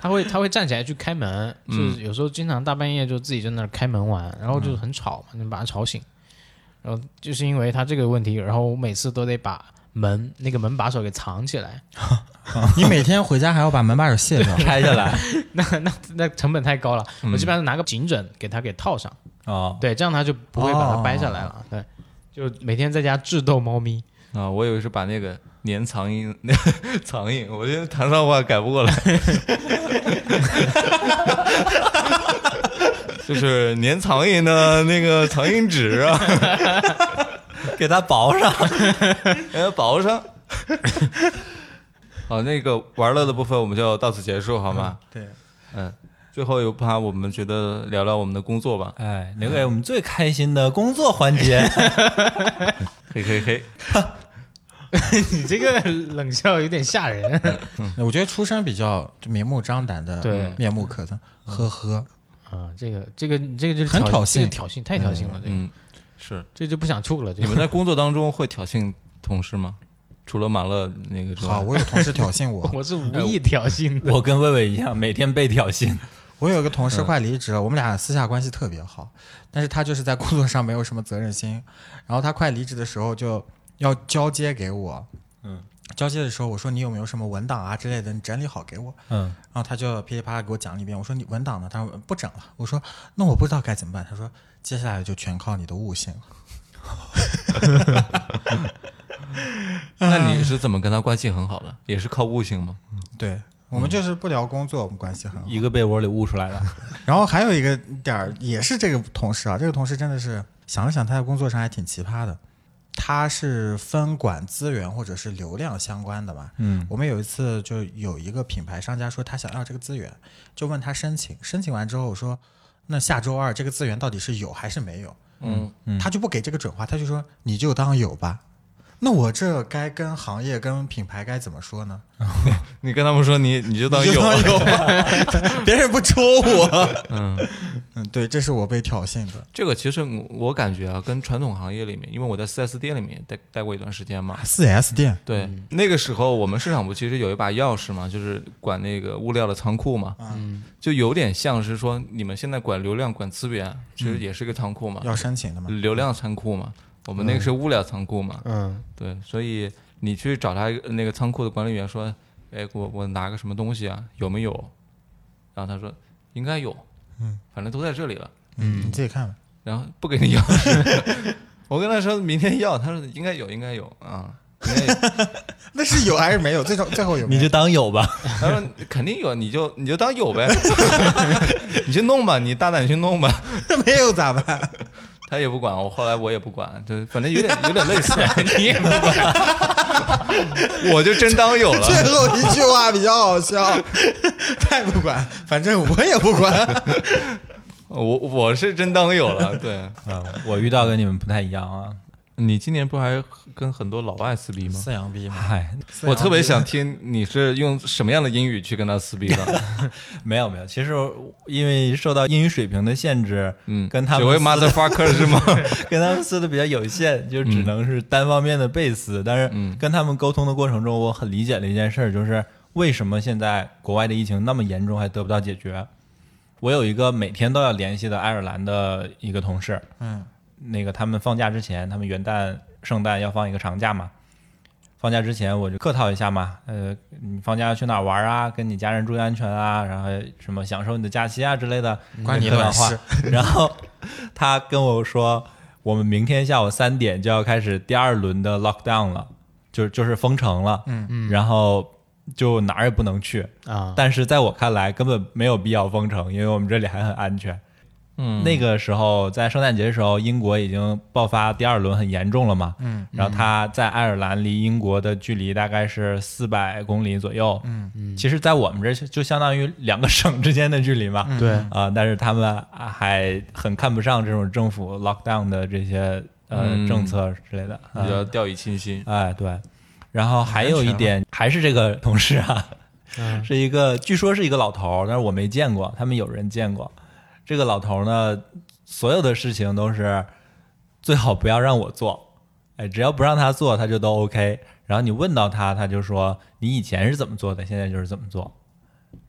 他会他会站起来去开门，就是有时候经常大半夜就自己在那儿开门玩，然后就是很吵嘛，你把他吵醒，然后就是因为他这个问题，然后我每次都得把门那个门把手给藏起来， 你每天回家还要把门把手卸掉拆下来那那那成本太高了，我基本上拿个颈枕给他给套上，嗯哦，对，这样他就不会把它掰下来了，对。就每天在家智斗猫咪， 啊，我以为是把那个粘苍蝇， 那苍蝇，我觉得唐山话改不过来， 就是粘苍蝇的那个苍蝇纸啊， 给它包 上。给它包哎上。 好，那个玩乐的部分我们就到此结束，好吗？ 对，嗯，最后有趴我们觉得聊聊我们的工作吧。哎，留给我们最开心的工作环 节。嘿嘿 嘿，你这个冷笑有点吓人。我觉得出生比较就明目张胆的，对面目可憎。呵呵，啊，这个这个这个就是很挑这个衅挑衅太挑衅了，这个嗯，是这就不想吐了。这你个们在工作当中会挑衅同事吗？除了马乐那个之外，好，我有同事挑衅我， 我嗯是无意挑衅的，我跟魏魏一样，每天被挑衅。我有个同嗯事快离职了，我们俩私下关系特别好，但是他就是在工作上没有什么责任心，然后他快离职的时候就要交接给我，嗯，交接的时候我说你有没有什么文档啊之类的，你整理好给我，嗯，然后他就噼里啪啦给我讲了一遍，我说你文档呢？他说呃不整了，我说那我不知道该怎么办，他说接下来就全靠你的悟性了。哎那你是怎么跟他关系很好的？也是靠悟性吗？对我嗯们就是不聊工作，我们关系很好。一个被窝里悟出 来的。然后还有一个点儿，也是这个同事啊，这个同事真的是想了想，他在工作上还挺奇葩的。他是分管资源或者是流量相关的嘛。嗯，我们有一次就有一个品牌商家说他想要这个资源，就问他申请，申请完之后我说，那下周二这个资源到底是有还是没有？嗯，他就不给这个准话，他就说你就当有吧。那我这该跟行业跟品牌该怎么说呢？你跟他们说你你就当你就有当有吧 别人不戳我。嗯，嗯，对，这是我被挑衅的。这个其实我感觉啊，跟传统行业里面，因为我在 4S 店里面待待过一段时间嘛。四 S 店，对，那个时候我们市场部其实有一把钥匙嘛，就是管那个物料的仓库嘛，嗯，就有点像是说你们现在管流量、管资源，其实也是个仓库嘛，要申请的嗯嘛。嗯流量仓库嘛，我们那个是物料仓库嘛，嗯，对，所以你去找他那个仓库的管理员说，哎，我我拿个什么东西啊，有没有？然后他说应该有，嗯，反正都在这里了，嗯，你自己看吧。然后不给你钥匙。 我跟他说明天要，他说应该有，应该有啊，应该有。那是有还是没有？最终最后有没你就有？当 有吧，他说肯定有，你就你就当有呗， 你去弄吧，你大胆去弄吧。 没有咋办？他也不管我，后来我也不管，就反正有点有点类似， 你也不管， 我就真当有最了。后一句话比较好笑，太不管，反正我也不管。我我是真当有了，对。啊，我遇到跟你们不太一样啊。你今年不还跟很多老外撕逼吗？四羊逼嘛，嗨，我特别想听你是用什么样的英语去跟他撕逼的？没有没有，其实我因为受到英语水平的限制，嗯，跟他只会嗯们 motherfucker 是吗？跟他们撕的比较有限，就只能是单方面的背撕。但嗯是跟他们沟通的过程中，我很理解了一件事儿，就是为什么现在国外的疫情那么严重还得不到解决。我有一个每天都要联系的爱尔兰的一个同事，嗯，那个他们放假之前，他们元旦、圣诞要放一个长假嘛。放假之前我就客套一下嘛，呃，你放假要去哪儿玩啊？跟你家人注意安全啊，然后什么享受你的假期啊之类的，关你的卵话事。然后他跟我说，我们明天下午三点就要开始第二轮的 lockdown 了，就是就是封城了，嗯嗯，然后就哪儿也不能去，啊，但是在我看来，根本没有必要封城，因为我们这里还很安全。嗯，那个时候在圣诞节的时候，英国已经爆发第二轮很严重了嘛。嗯，然后他在爱尔兰离英国的距离大概是四百公里左右。嗯嗯，其实，在我们这就相当于两个省之间的距离嘛。对，嗯啊、但是他们还很看不上这种政府 lockdown 的这些呃、嗯政策之类的。啊比较掉以轻心。哎，对。然后还有一点，还是这个同事啊，嗯是一个据说是一个老头儿，但是我没见过，他们有人见过。这个老头儿呢，所有的事情都是最好不要让我做，哎，只要不让他做，他就都 OK。然后你问到他，他就说你以前是怎么做的，现在就是怎么做。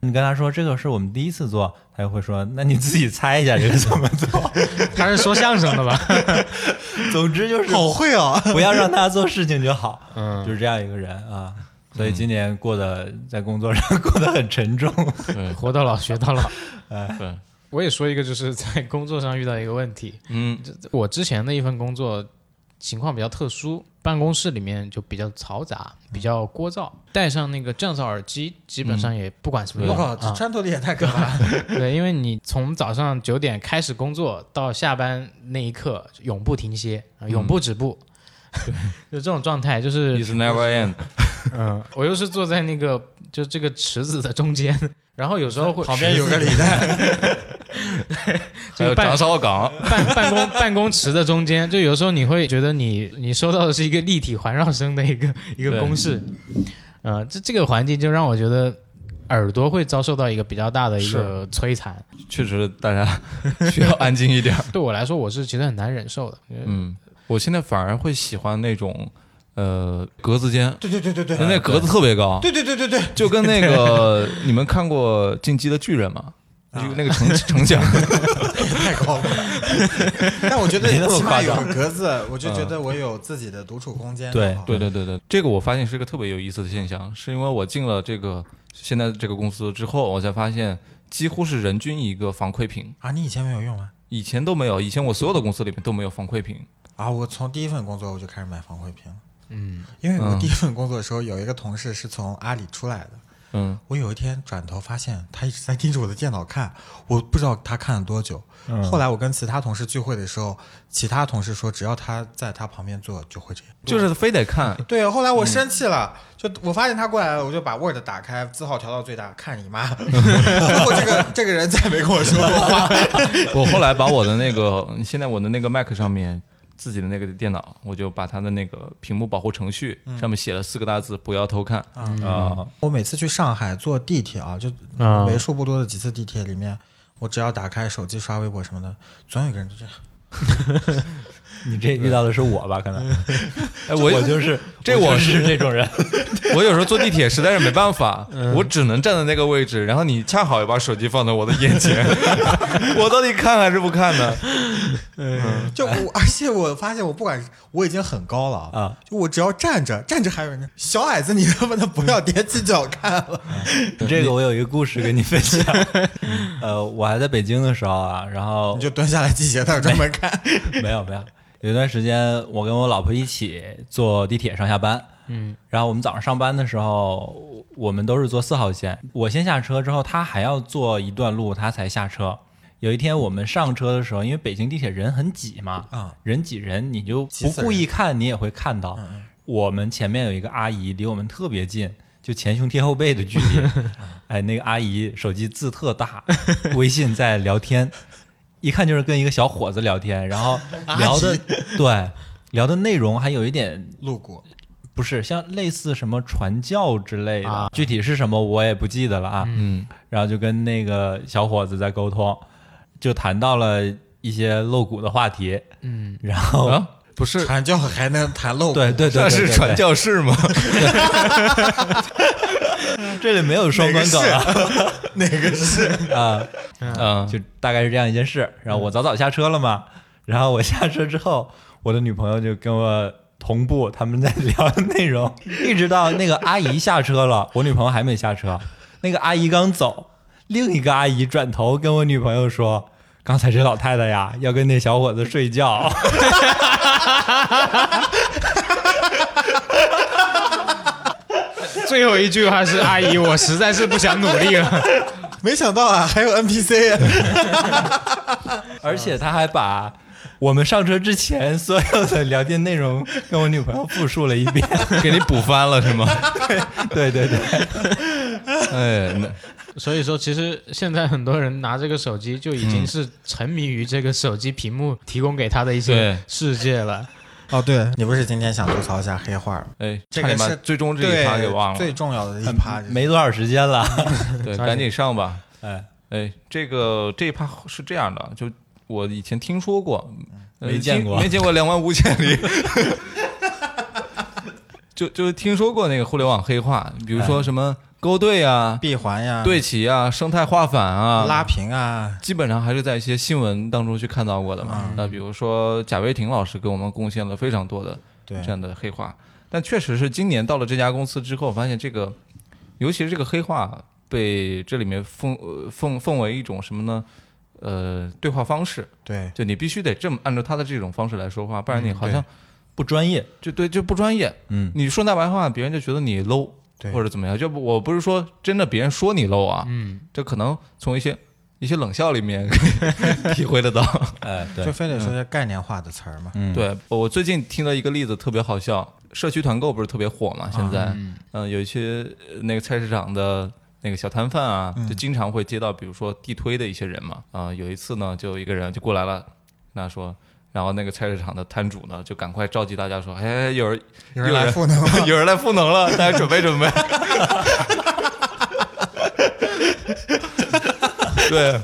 你跟他说这个是我们第一次做，他就会说那你自己猜一下这个怎么做。他是说相声的吧？总之就是好会哦，不要让他做事情就好。嗯就是这样一个人啊。所以今年过得在工作上 过得很沉重，对活到老学到老。对，我也说一个，就是在工作上遇到一个问题。嗯我之前的一份工作情况比较特殊，办公室里面就比较嘈杂，比较聒噪，戴上那个降噪耳机，基本上也不管什么我用、靠，这啊。穿透力也太可怕了。 对，因为你从早上九点开始工作到下班那一刻，永不停歇，啊永嗯不止步。 就这种状态，就是，is never end。嗯，我又是坐在那个就这个池子的中间，然后有时候会旁边有个李诞，还有这个半长烧港，办办公办公池的中间，就有时候你会觉得你你收到的是一个立体环绕声的一个一个对公式，呃，这这个环境就让我觉得耳朵会遭受到一个比较大的一个摧残。确实大家需要安静一点儿。对我来说，我是其实很难忍受的。嗯，我现在反而会喜欢那种呃格子间， 对对对嗯对对，那格子特别高，对对对对对，就跟那个你们看过《进击的巨人》吗？就那个城城墙，太高了。但我觉得没那么起码夸有张个格子，我就觉得我有自己的独处空间。对好对对对对，这个我发现是一个特别有意思的现象，是因为我进了这个现在这个公司之后，我才发现几乎是人均一个防窥屏，啊，你以前没有用吗？以前都没有，以前我所有的公司里面都没有防窥屏。啊，我从第一份工作我就开始买防窥屏。嗯，因为我第一份工作的时候，有一个同事是从阿里出来的。嗯，我有一天转头发现他一直在盯着我的电脑看，我不知道他看了多久。后来我跟其他同事聚会的时候，其他同事说，只要他在他旁边坐就会这样。嗯就是非得看，对，啊后来我生气了，就我发现他过来了，我就把 Word 打开，字号调到最大，看你妈。 然后这个这个人再没跟我说过话。我后来把我的那个现在我的那个 Mac 上面自己的那个电脑，我就把它的那个屏幕保护程序上面写了四个大字“不要偷看”。啊，我每次去上海坐地铁啊，就啊为数不多的几次地铁里面，我只要打开手机刷微博什么的，总有一个人就这样。你这遇到的是我吧？可能哎，我我就是这我我就是是这种人，我有时候坐地铁实在是没办法，我只能站在那个位置，然后你恰好也把手机放在我的眼前， 我到底看还是不看呢？ 就我，而且我发现我不管是我已经很高了啊，就我只要站着站着还有人呢，小矮子，你能不能不要踮起脚看了？ 这个我有一个故事跟你分 享。呃，我还在北京的时候啊，然后 你就蹲下来系鞋带专门 看。 没有没有，有一段时间我跟我老婆一起坐地铁上下班，嗯，然后我们早上上班的时候，我们都是坐四号线，我先下车之后，她还要坐一段路，她才下车。有一天我们上车的时候，因为北京地铁人很挤嘛，啊人挤人，你就挤不死嗯故意看你也会看到。我们前面有一个阿姨离我们特别近，就前胸贴后背的 啊距离。哎，那个阿姨手机字特大，微信在聊天，一看就是跟一个小伙子聊天，然后聊的、对聊的内容还有一点路过，不是像类似什么传教之类的，啊具体是什么我也不记得了啊。嗯，然后就跟那个小伙子在沟通，就谈到了一些露骨的话题，嗯，然后、啊，不是，传教还能谈露 骨，对对对那对是对传对教士吗？这里没有双关梗啊哪个是？啊，啊，就大概是这样一件事。然后我早早下车了嘛， 然后我下车之后，我的女朋友就跟我同步他们在聊的内容，一直到那个阿姨下车了， 我女朋友还没下车，那个阿姨刚走，另一个阿姨转头跟我女朋友说。刚才这老太太呀，要跟那小伙子睡觉，最后一句话是阿姨，我实在是不想努力了。 没想到啊，还有 NPC 啊而且她还把我们上车之前所有的聊天内容跟我女朋友复述了一遍。 给你补翻了是吗？对对对，哎，那 所以说，其实现在很多人拿这个手机就已经是沉迷于这个手机屏幕提供给他的一些对世界了。哦，对你不是今天想吐槽一下黑话吗？哎，这差个点把是最终这一趴给忘了嗯最。重要的一趴就是没多少时间了。对，赶紧上吧。哎哎，这个这一趴是这样的，就我以前听说过，呃没见听过没见过两万五千里。 就就听说过那个互联网黑话，比如哎说什么勾兑啊、闭环呀，对齐啊、生态化反啊、拉平啊，基本上还是在一些新闻当中去看到过的嘛。那比如说贾跃亭老师给我们贡献了非常多的对这样的黑话，但确实是今年到了这家公司之后，发现这个，尤其是这个黑话被这里面奉呃奉奉为一种什么呢？呃，对话方式，对，就你必须得这么按照他的这种方式来说话，不然你好像不专业，就对就不专业。嗯，你说大白话，别人就觉得你 low，对或者怎么样。就不我不是说真的别人说你 low 啊，嗯，这可能从一些一些冷笑里面 可以体会得到。哎，就对，非得说些概念化的词儿嘛。嗯， 对我最近听了一个例子，特别好笑。社区团购不是特别火嘛？现在，嗯、有一些呃那个菜市场的那个小摊贩啊，就经常会接到，比如说地推的一些人嘛。啊、有一次呢，就有一个人就过来了，跟他说，然后那个菜市场的摊主呢，就赶快召集大家说，哎，有人有人来赋能了 有人来赋能了，大家准备准备。对，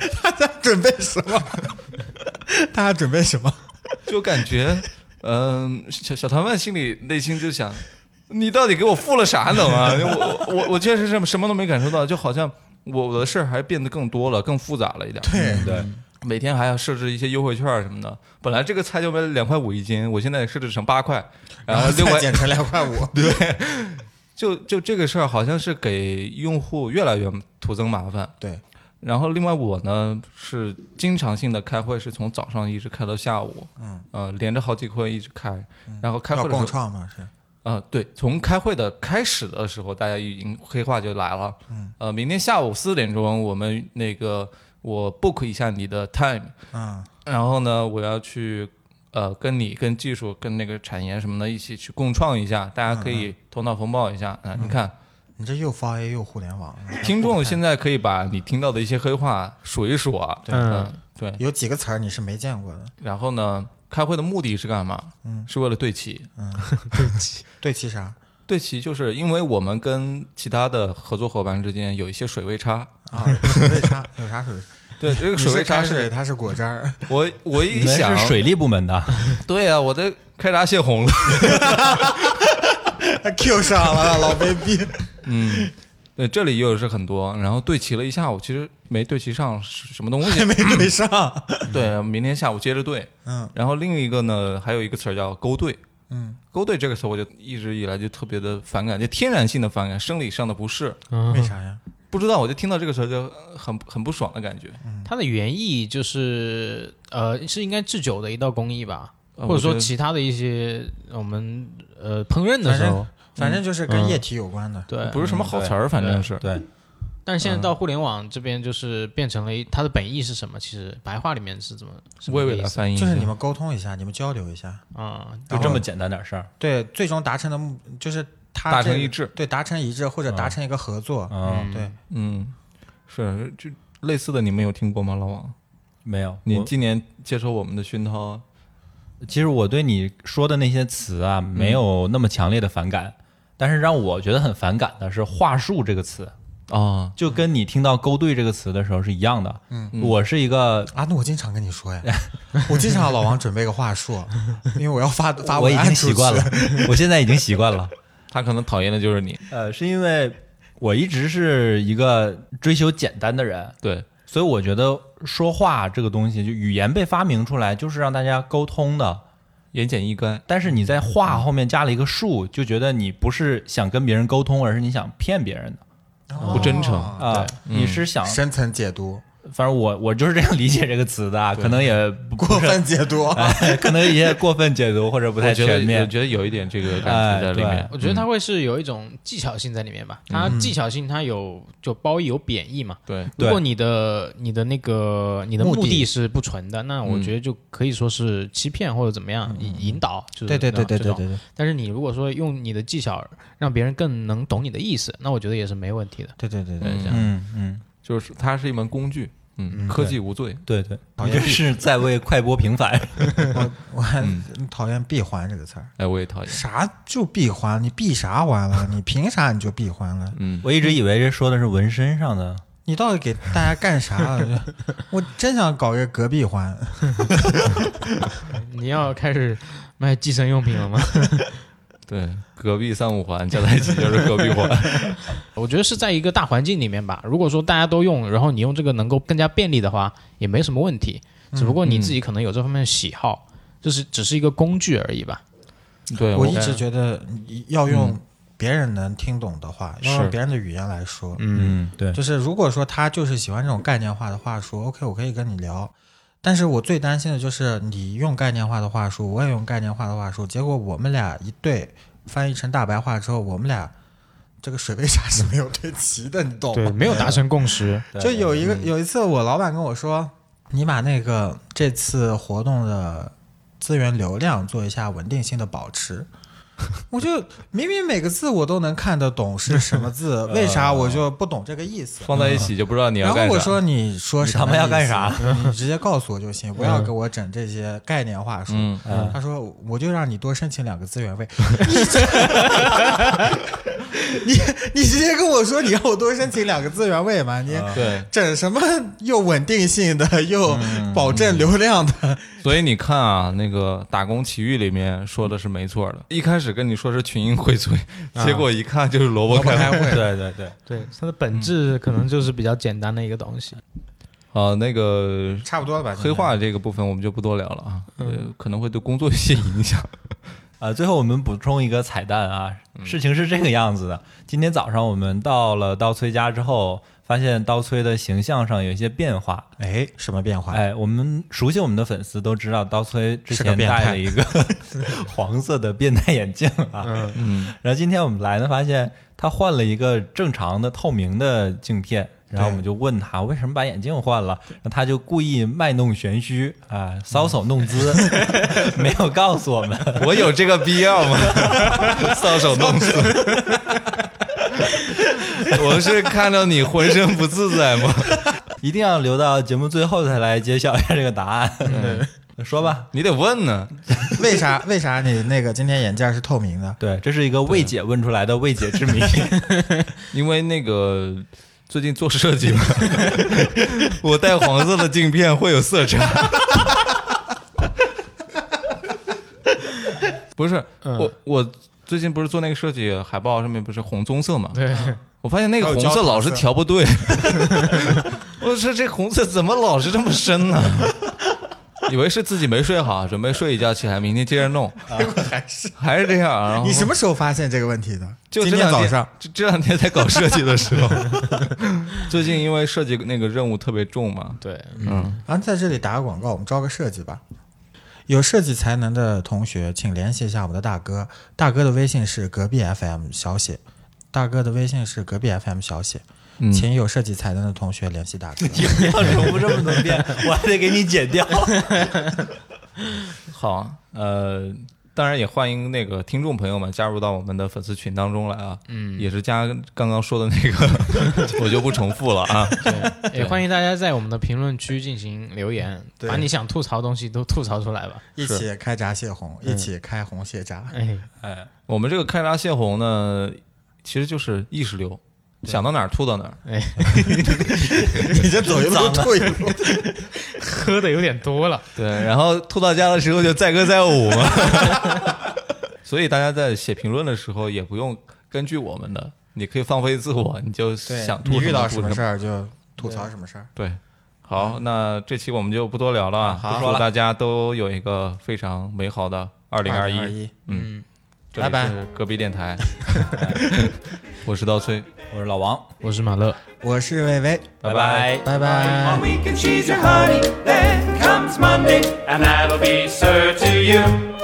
准备什么？ 大家准备什么？就感觉，嗯、小小唐曼心里内心就想，你到底给我付了啥能啊？ 我我我确实什么什么都没感受到，就好像我我的事儿还变得更多了，更复杂了一点。嗯对，嗯对，每天还要设置一些优惠券什么的。本来这个菜就卖两块五一斤，我现在设置成八块，然后另 再外减成两块 五，就就这个事儿好像是给用户越来越徒增麻烦。对，然后另外我呢是经常性的开会，是从早上一直开到下午，嗯，呃，连着好几个会一直开，然后开会要的时候共创嘛是。啊，对，从开会的开始的时候，大家已经黑话就来了。嗯，呃，明天下午四点钟，我们那个我 book 一下你的 time，嗯，然后呢，我要去呃跟你、跟技术、跟那个产研什么的一起去共创一下，大家嗯可以头脑风暴一下啊、你看，你这又发 A 又互联网，听众现在可以把你听到的一些黑话数一数啊。嗯嗯，对。有几个词儿你是没见过的？然后呢，开会的目的是干嘛？嗯，是为了对齐。对齐啥？对齐就是因为我们跟其他的合作伙伴之间有一些水位差。 啊，水位差有啥水位？对，这个你水位是差开是水，它是果汁儿。 我我你一们想，是水利部门的，对啊，我的开闸泄洪了。 Q 上了，老卑鄙！ 嗯，对，这里又是很多，然后对齐了一下午，其实没对齐上是什么东西 还。没对上。对，明天下午接着对。嗯然后另一个呢，还有一个词儿叫勾兑。嗯，勾兑这个词，我就一直以来就特别的反感，就天然性的反感，生理上的不适。为嗯，啥呀？不知道，我就听到这个词儿就呃很很不爽的感觉，嗯它的原意就是呃是应该制酒的一道工艺吧，呃或者我觉说得其他的一些我们呃烹饪的时候，反正就是嗯跟液体有关的。对，不是什么好词儿，反正是。对，但是现在到互联网这边，就是变成了一它的本意是什么？其实白话里面是怎么？什么微微意的思翻译一就下，是你们沟通一下，你们交流一下，啊，就这么简单点事儿。对，最终达成的目就是他达这成一致对，达成一致或者达成一个合作。嗯，对，嗯，是就类似的，你们有听过吗，老王？没有你我今年接受我们的熏陶啊，其实我对你说的那些词啊，没有那么强烈的反感，但是让我觉得很反感的是“话术”这个词，啊就跟你听到“勾兑”这个词的时候是一样的。嗯，我是一个，啊，那我经常跟你说呀，我经常让老王准备个话术，因为我要发发我文已案经出习惯去了， 我现在已经习惯了。他可能讨厌的就是你，呃，是因为我一直是一个追求简单的人，对，所以我觉得说话这个东西，就语言被发明出来就是让大家沟通的。言简意赅，但是你在话后面加了一个术，就觉得你不是想跟别人沟通，而是你想骗别人的不真诚哦啊、你是想深层解读，反正我我就是这样理解这个词的，啊，可能也不过分解读，哎可能有些过分解读或者不我太觉得全我 面。觉得有一点这个感觉在里面哎，我觉得嗯它会是有一种技巧性在里面吧，它技巧性它有就褒义有贬义嘛。对，对如果你的你的那个你的目的嗯目的是不纯的，那我觉得就可以说是欺骗或者怎么样引引导，就是这种对但是你如果说用你的技巧让别人更能懂你的意思，那我觉得也是没问题的。对对对对，嗯嗯嗯，就是它是一门工具，嗯，科技无罪，对对，你这是在为快播平反。我我还讨厌闭环这个词儿。哎，我也讨厌，啥就闭环？你闭啥环了？你凭啥你就闭环了？嗯， 我一直以为这说的是纹身上的，你到底给大家干啥了？ 我真想搞一个隔壁环。你要开始卖计生用品了吗？对，隔壁三五环加在一起就是隔壁环，我觉得是在一个大环境里面吧。如果说大家都用，然后你用这个能够更加便利的话，也没什么问题。只不过你自己可能有这方面的喜好，就是只是一个工具而已吧。对我一直觉得你要用别人能听懂的话，要用别人的语言来说。嗯，对， 就是如果说他就是喜欢这种概念化的话术，OK，我可以跟你聊。但是我最担心的就是你用概念化的话术，我也用概念化的话术，结果我们俩一对翻译成大白话之后，我们俩这个水杯啥是没有对齐的，你懂吗？没有达成共识。就有一个有一次，我老板跟我说，你把那个这次活动的资源流量做一下稳定性的保持。我就明明每个字我都能看得懂是什么字，为啥我就不懂这个意思？放在一起就不知道你要嗯然后干我啥，说你说什么你他妈要干啥意思？你直接告诉我就行，不要给我整这些概念话术。嗯他说我就让你多申请两个资源位。你这你你直接跟我说你让我多申请两个资源位嘛？你嗯对，整什么又稳定性的又保证流量的？所以你看啊，那个《打工奇遇》里面说的是没错的，一开始跟你说是群英荟 萃，结果一看就是萝卜开会。 对对对，对，它的本质可能就是比较简单的一个东西。啊，那个差不多了吧？黑化这个部分我们就不多聊了啊，嗯呃，可能会对工作有些影响。啊，最后我们补充一个彩蛋啊，嗯事情是这个样子的。今天早上我们到了刀崔家之后，发现刀崔的形象上有一些变化。现在。哎，什么变化？哎，我们熟悉我们的粉丝都知道，刀崔之是个前变态戴了一个 黄色的变态眼镜啊，嗯，然后今天我们来呢，发现他换了一个正常的透明的镜片，然后我们就问他为什么把眼镜换了，然后他就故意卖弄玄虚啊，嗯搔首弄 姿，没有告诉我们，我有这个必要吗？ 搔首弄姿。 我是看到你浑身不自在吗？一定要留到节目最后才来揭晓一下这个答案。嗯 说吧，你得问呢。为啥为啥你那个今天眼镜是透明的？对，这是一个未解问出来的未解之谜。因为那个最近做设计嘛，我戴黄色的镜片会有色差。不是，我我最近不是做那个设计海报上面不是红棕色嘛？对，我发现那个红色老是调不对， 我说这红色怎么老是这么深呢？以为是自己没睡好，准备睡一觉起来，明天接着弄，结果还是还是这样。然后你什么时候发现这个问题的？哦就今这天两早天上， 这这两天才搞设计的时候。 最近因为设计那个任务特别重嘛，对，嗯，然后啊在这里打个广告，我们招个设计吧。有设计才能的同学，请联系一下我们的大哥。大哥的微信是隔壁 FM 小写，大哥的微信是隔壁 FM 小写，嗯请有设计才能的同学联系大哥。不 要重复这么 多遍，我还得给你剪掉。啊好，呃，当然也欢迎那个听众朋友们加入到我们的粉丝群当中来啊，嗯，也是加刚刚说的那个， 我就不重复了啊。也哎欢迎大家在我们的评论区进行留言，对把你想吐槽的东西都吐槽出来吧。一起开闸泄洪，一起开洪泄闸。哎，我们这个开闸泄洪呢，其实就是意识流，想到哪儿吐到哪儿。你这走一 路吐一路，喝的有点多了，对，然后吐到家的时候就载歌载舞嘛。 所以大家在写评论的时候也不用根据我们的，你可以放飞自我，你就对想，你吐遇到什什么么吐事儿就吐槽什么事儿。对，好，那这期我们就不多聊了啊，好祝大家都有一个非常美好的二零二一。一，嗯，这拜拜里是隔壁电台， 我是刀崔，我是老王，我是马乐。我是伟伟，拜拜拜拜。 One week and she's your honey. Then comes Monday, and that'll be sir to you.